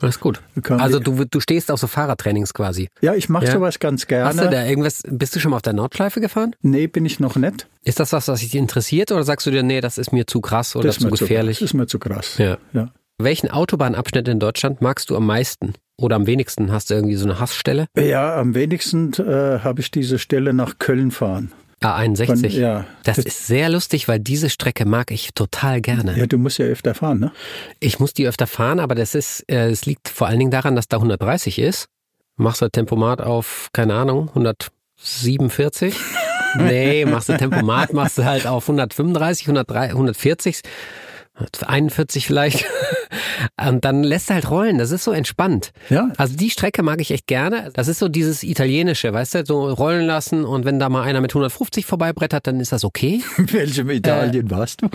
Alles gut.
Kann-
Also du, du stehst auf so Fahrradtrainings quasi.
ja ich mache
Ja.
sowas ganz
Hast du
gerne.
da irgendwas, bist du schon mal auf der Nordschleife gefahren?
Nee, bin ich noch nett.
Ist das was, was dich interessiert oder sagst du dir, nee, das ist mir zu krass oder
mir
zu gefährlich?
Zu, das ist mir zu krass.
Ja.
Ja.
Welchen Autobahnabschnitt in Deutschland magst du am meisten oder am wenigsten? Hast du irgendwie so eine Hassstelle?
Ja, am wenigsten äh, habe ich diese Stelle nach Köln fahren.
A61.
Von- ja.
Das ist sehr lustig, weil diese Strecke mag ich total gerne.
Ja, du musst ja öfter fahren,
*laughs*
ne?
Ich muss die öfter fahren, aber das ist, äh, es liegt vor allen Dingen daran, dass da 130 ist. Machst du Tempomat auf, keine
*laughs*
Ahnung, 147? nee, machst du Tempomat, machst du halt auf 135, 103, 140, 41 vielleicht. *laughs* Und dann lässt du halt rollen. Das ist so entspannt.
Ja.
Also die Strecke mag ich echt gerne. Das ist so dieses Italienische, weißt du, so rollen lassen und wenn da mal einer mit 150 vorbeibrettert, dann ist
*laughs*
das okay.
In welchem Italien warst du?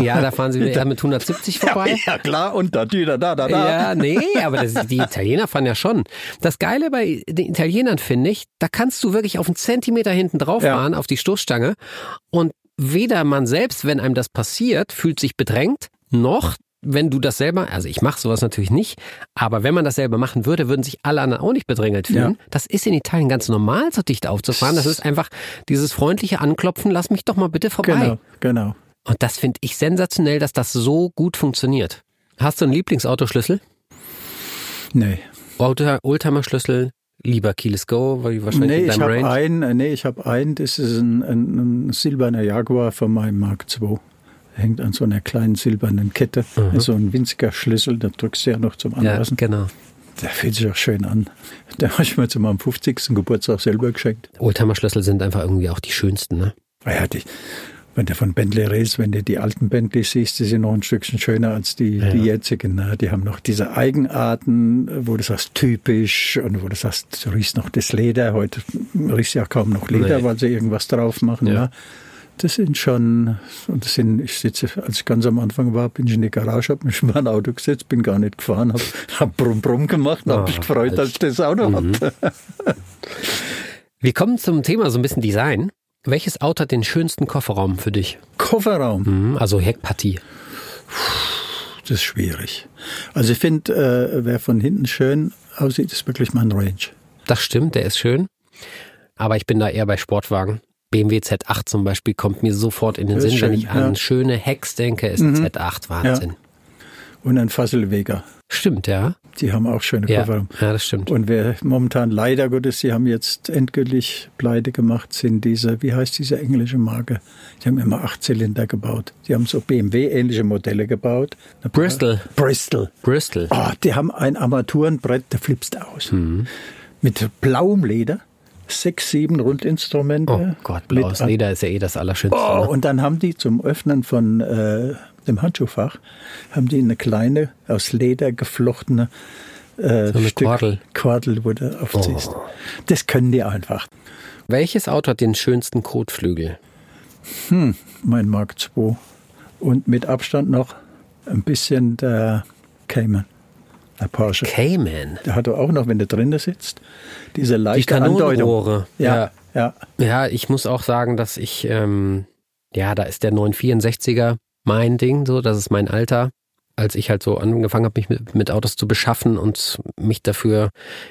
Ja, da fahren sie wieder mit 170 vorbei.
ja, klar, und da, die, da, da, da, da.
Ja, *laughs* nee, aber das, die Italiener fahren ja schon. Das Geile bei den Italienern finde ich, da kannst du wirklich auf einen Zentimeter hinten drauf
Ja.
fahren, auf die Stoßstange. Und weder man selbst, wenn einem das passiert, fühlt sich bedrängt, noch wenn du das selber, also ich mache sowas natürlich nicht, aber wenn man das selber machen würde, würden sich alle anderen auch nicht bedrängelt fühlen. Das ist in Italien ganz normal, so dicht aufzufahren. Das ist einfach dieses freundliche Anklopfen, lass mich doch mal bitte vorbei.
Genau, genau.
Und das finde ich sensationell, dass das so gut funktioniert. Hast du einen Lieblingsautoschlüssel?
Nee.
Oldtimer- Oldtimer-Schlüssel, lieber Keyless Go, weil wahrscheinlich
Nee,
in
ich
deinem
habe
Range.
einen, äh, nee, ich habe einen, das ist ein, ein, ein silberner Jaguar von meinem Mark II. Hängt an so einer kleinen silbernen Kette. Ist so ein winziger Schlüssel, da drückst du ja noch zum
Mhm. Ja,
Anlassen.
genau.
Der fühlt sich auch schön an. Der habe ich mir zu meinem 50. Geburtstag selber geschenkt. Ah
Oldtimer-Schlüssel sind einfach irgendwie auch die schönsten, ne?
Ja, die, wenn du von Bentley redest, wenn du die alten Bentley siehst, die sind noch ein Stückchen schöner als die, die jetzigen. Ne? Die haben noch diese Eigenarten, wo du sagst, typisch und wo du sagst, du riechst noch das Leder. Heute riechst du ja kaum noch Leder,
Nee.
weil sie irgendwas drauf machen.
Ja.
Ne? Das sind schon, und das sind, ich sitze, als ich ganz am Anfang war, bin ich in die Garage, habe mich in mein Auto gesetzt, bin gar nicht gefahren, habe hab brumm brumm gemacht und
Ah, Mhm.
habe mich gefreut, dass ich das Auto hatte.
Wir kommen zum Thema so ein bisschen Design. Welches Auto hat den schönsten Kofferraum für dich?
Kofferraum.
Mhm, also Heckpartie.
Das ist schwierig. Also ich finde, äh, wer von hinten schön aussieht, ist wirklich mein Range.
Das stimmt, der ist schön. Aber ich bin da eher bei Sportwagen. BMW Z8 zum Beispiel kommt mir sofort in den
Ja,
Sinn,
ist
wenn
schön,
ich an
ja. Mhm.
schöne Hecks denke, ist ein Z8 Wahnsinn.
Und ein Fasselweger.
Stimmt, ja.
Die haben auch schöne
Ja.
Kofferraum.
ja, das stimmt.
Und wer momentan leider Gottes, sie haben jetzt endgültig pleite gemacht, sind diese, wie heißt diese englische Marke? Die haben immer Achtzylinder gebaut. Die haben so BMW-ähnliche Modelle gebaut. Eine Bra-
Bristol.
Bristol.
Bristol.
Ah, die haben ein Armaturenbrett, da flippst du aus.
Mhm.
Mit blauem Leder, sechs, sieben Rundinstrumente.
Oh Gott,
Mit
blaues Leder ist ja eh das Allerschönste.
Oh,
ne?
und dann haben die zum Öffnen von äh, dem Handschuhfach, haben die eine kleine, aus Leder geflochtene äh,
So eine Oh.
Stück
Kordel.
Kordel, wo du aufziehst. Das können die einfach.
Welches Auto hat den schönsten Kotflügel?
Mein Mark II. Und mit Abstand noch ein bisschen der Cayman, der Porsche.
Cayman.
Der hatte auch noch, wenn du drinnen sitzt, diese leichte Andeutung.
Kanonenrohre.
Ja, ja,
Ja, ich muss auch sagen, dass ich, ähm, ja, da ist der 964er mein Ding, so, das ist mein Alter. Als ich halt so angefangen habe, mich mit, mit Autos zu beschaffen und mich dafür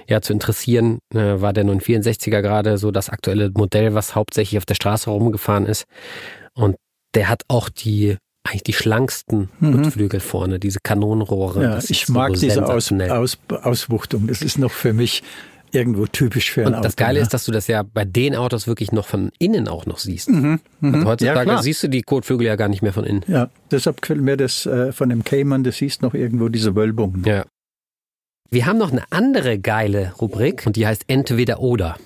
ja zu interessieren, äh, war der 964er gerade so das aktuelle Modell, was hauptsächlich auf der Straße rumgefahren ist. Und der hat auch die eigentlich die schlanksten Kotflügel vorne, diese Kanonenrohre.
Mhm. ja.
Also Das
Ich
ist
mag
so
diese Aus,
sensationell.
Aus, Auswuchtung. Das ist noch für mich irgendwo typisch für ein
Und
Auto.
das Geile
ne?
ist, dass du das ja bei den Autos wirklich noch von innen auch noch siehst. Also heutzutage
Mhm. klar.
siehst du die Kotflügel ja gar nicht mehr von innen.
Ja, deshalb gefällt mir das äh, von dem Cayman, das siehst noch irgendwo diese Wölbung.
Ja. Wir haben noch eine andere geile Rubrik und die heißt Entweder oder.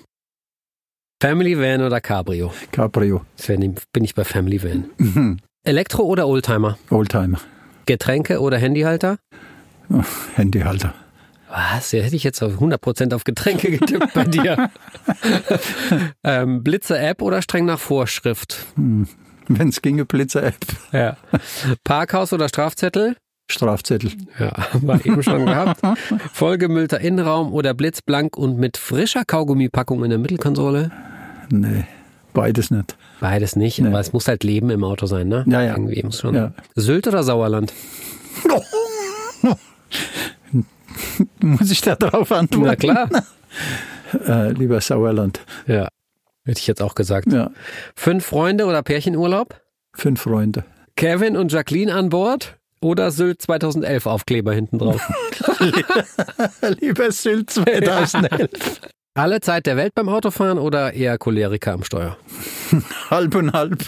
Family Van oder Cabrio?
Cabrio,
Sven, bin ich bei Family Van.
Mhm.
Elektro oder Oldtimer?
Oldtimer,
Getränke oder Handyhalter?
Oh, Handyhalter. *laughs*
Was? Ja, hätte ich jetzt auf 100% auf Getränke *laughs* getippt bei
*laughs*
dir. ähm, Blitzer-App oder streng nach Vorschrift?
Wenn's ginge, Blitzer-App,
Ja. Parkhaus oder Strafzettel?
Strafzettel.
Ja, *laughs* haben wir eben schon gehabt. Vollgemüllter Innenraum oder blitzblank und mit frischer Kaugummipackung in der Mittelkonsole?
Nee, beides nicht. *laughs*
Beides nicht,
Nee.
aber es muss halt Leben im Auto sein, ne?
Ja, ja.
Irgendwie muss schon.
Ja.
Sylt
*laughs*
oder Sauerland?
Muss ich da drauf antworten?
Na klar.
Äh, lieber Sauerland.
ja. Hätte ich jetzt auch gesagt.
Ja,
Fünf Freunde oder Pärchenurlaub?
fünf
*laughs*
Freunde.
Kevin und Jacqueline an Bord? Oder Sylt 2011 Aufkleber
*laughs*
hinten drauf?
lieber *laughs* Sylt 2011.
Alle Zeit der Welt beim Autofahren oder eher Choleriker am Steuer? *laughs*
halb und halb.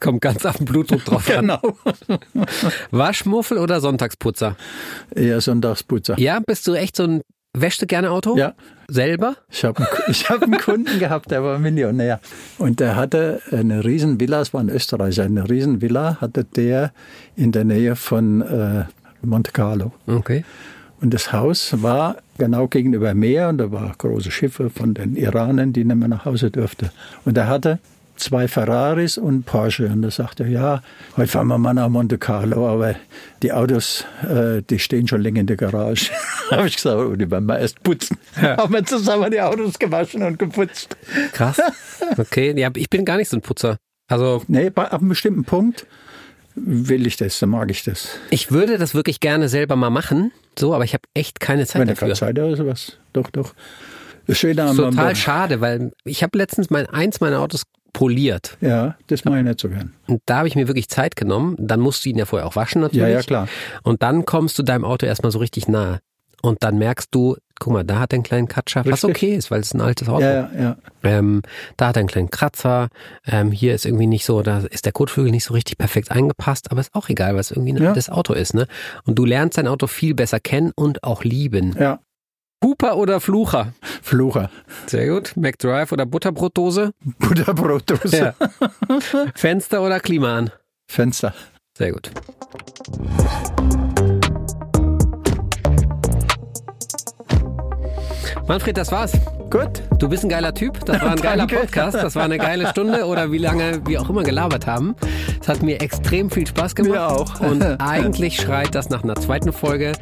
Kommt ganz auf den Blutdruck drauf an.
*laughs* genau.
Waschmuffel oder Sonntagsputzer?
Eher Sonntagsputzer.
Ja, bist du echt so ein wäschst du gerne Auto?
Ja.
Selber?
Ich habe einen, ich hab einen Kunden gehabt, der war Millionär. Und der hatte eine Riesenvilla, es war ein Österreicher, eine Riesenvilla hatte der in der Nähe von äh, Monte Carlo.
Okay.
Und das Haus war genau gegenüber Meer und da waren große Schiffe von den Iranern, die nicht mehr nach Hause durften. Und er hatte zwei Ferraris und Porsche. Und da sagte er, ja, heute fahren wir mal nach Monte Carlo, aber die Autos, äh, die stehen schon länger in der Garage. *laughs* da habe ich gesagt, oh, die werden wir erst putzen. *laughs* Haben wir zusammen die Autos gewaschen und geputzt.
Krass. Okay. Ja, ich bin gar nicht so ein Putzer. Also
Nee, bei, ab einem bestimmten Punkt will ich das, dann mag ich das.
ich würde das wirklich gerne selber mal machen, so, aber ich habe echt keine Zeit
Wenn er
dafür.
keine Zeit hat oder sowas. Doch, doch. Das Schöne am
Total schade, weil ich habe letztens mein eins meiner Autos poliert
Ja, das mache ich nicht so gern.
und da habe ich mir wirklich Zeit genommen. Dann musst du ihn ja vorher auch waschen natürlich.
Ja, ja, klar.
Und dann kommst du deinem Auto erstmal so richtig nahe und dann merkst du, guck mal, da hat er einen kleinen Katscher, was
Richtig.
okay ist, weil es ein altes Auto.
Ja, ja, ja.
Ähm, da hat er einen kleinen Kratzer. Ähm, hier ist irgendwie nicht so, da ist der Kotflügel nicht so richtig perfekt eingepasst, aber ist auch egal, weil es irgendwie ein
Ja.
altes Auto ist. Ne? Und du lernst dein Auto viel besser kennen und auch lieben.
Ja,
Huper oder Flucher?
*laughs* Flucher.
Sehr gut. McDrive oder Butterbrotdose?
Butterbrotdose.
Fenster oder Klima an?
Fenster.
Sehr gut. Manfred, das war's.
Gut.
Du bist ein geiler Typ.
*laughs*
Das war ein geiler
Danke.
Podcast. Das war eine geile Stunde oder wie lange wir auch immer gelabert haben. Es hat mir extrem viel Spaß gemacht.
Mir auch. *laughs*
Und eigentlich schreit das nach einer zweiten Folge,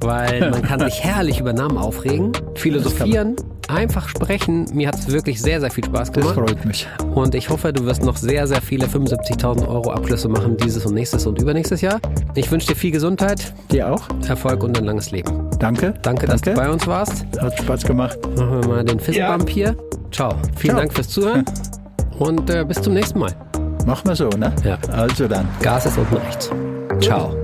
weil man kann sich herrlich über Namen aufregen, philosophieren, einfach sprechen. Mir hat es wirklich sehr, sehr viel
Das
Spaß gemacht.
freut mich.
Und ich hoffe, du wirst noch sehr, sehr viele 75.000 Euro Abschlüsse machen dieses und nächstes und übernächstes Jahr. Ich wünsche dir viel Gesundheit,
Dir auch.
Erfolg und ein langes Leben.
Danke.
Danke, dass du bei uns warst.
Hat Spaß gemacht.
Machen wir mal den Fistbump hier. Ciao. Vielen
Ciao.
Dank fürs Zuhören und äh, bis zum nächsten Mal.
Machen wir so, ne?
Ja.
Also dann.
Gas ist unten rechts. Ciao.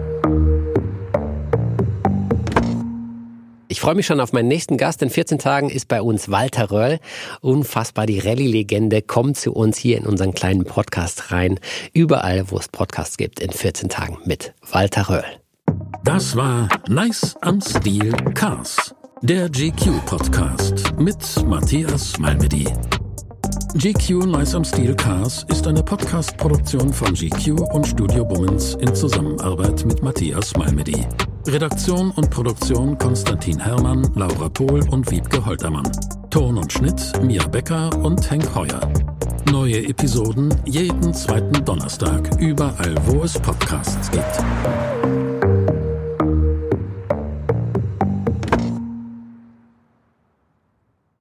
Ich freue mich schon auf meinen nächsten Gast. In 14 Tagen ist bei uns Walter Röll. Unfassbar die Rallye-Legende. Kommt zu uns hier in unseren kleinen Podcast rein. Überall, wo es Podcasts gibt, in 14 Tagen mit Walter Röll.
Das war Nice am Stil Cars, der GQ-Podcast mit Matthias Malmedy. GQ Nice am Stil Cars ist eine Podcast-Produktion von GQ und Studio Bummens in Zusammenarbeit mit Matthias Malmedy. Redaktion und Produktion Konstantin Hermann, Laura Pohl und Wiebke Holtermann. Ton und Schnitt Mia Becker und Henk Heuer. Neue Episoden jeden zweiten Donnerstag, überall wo es Podcasts gibt.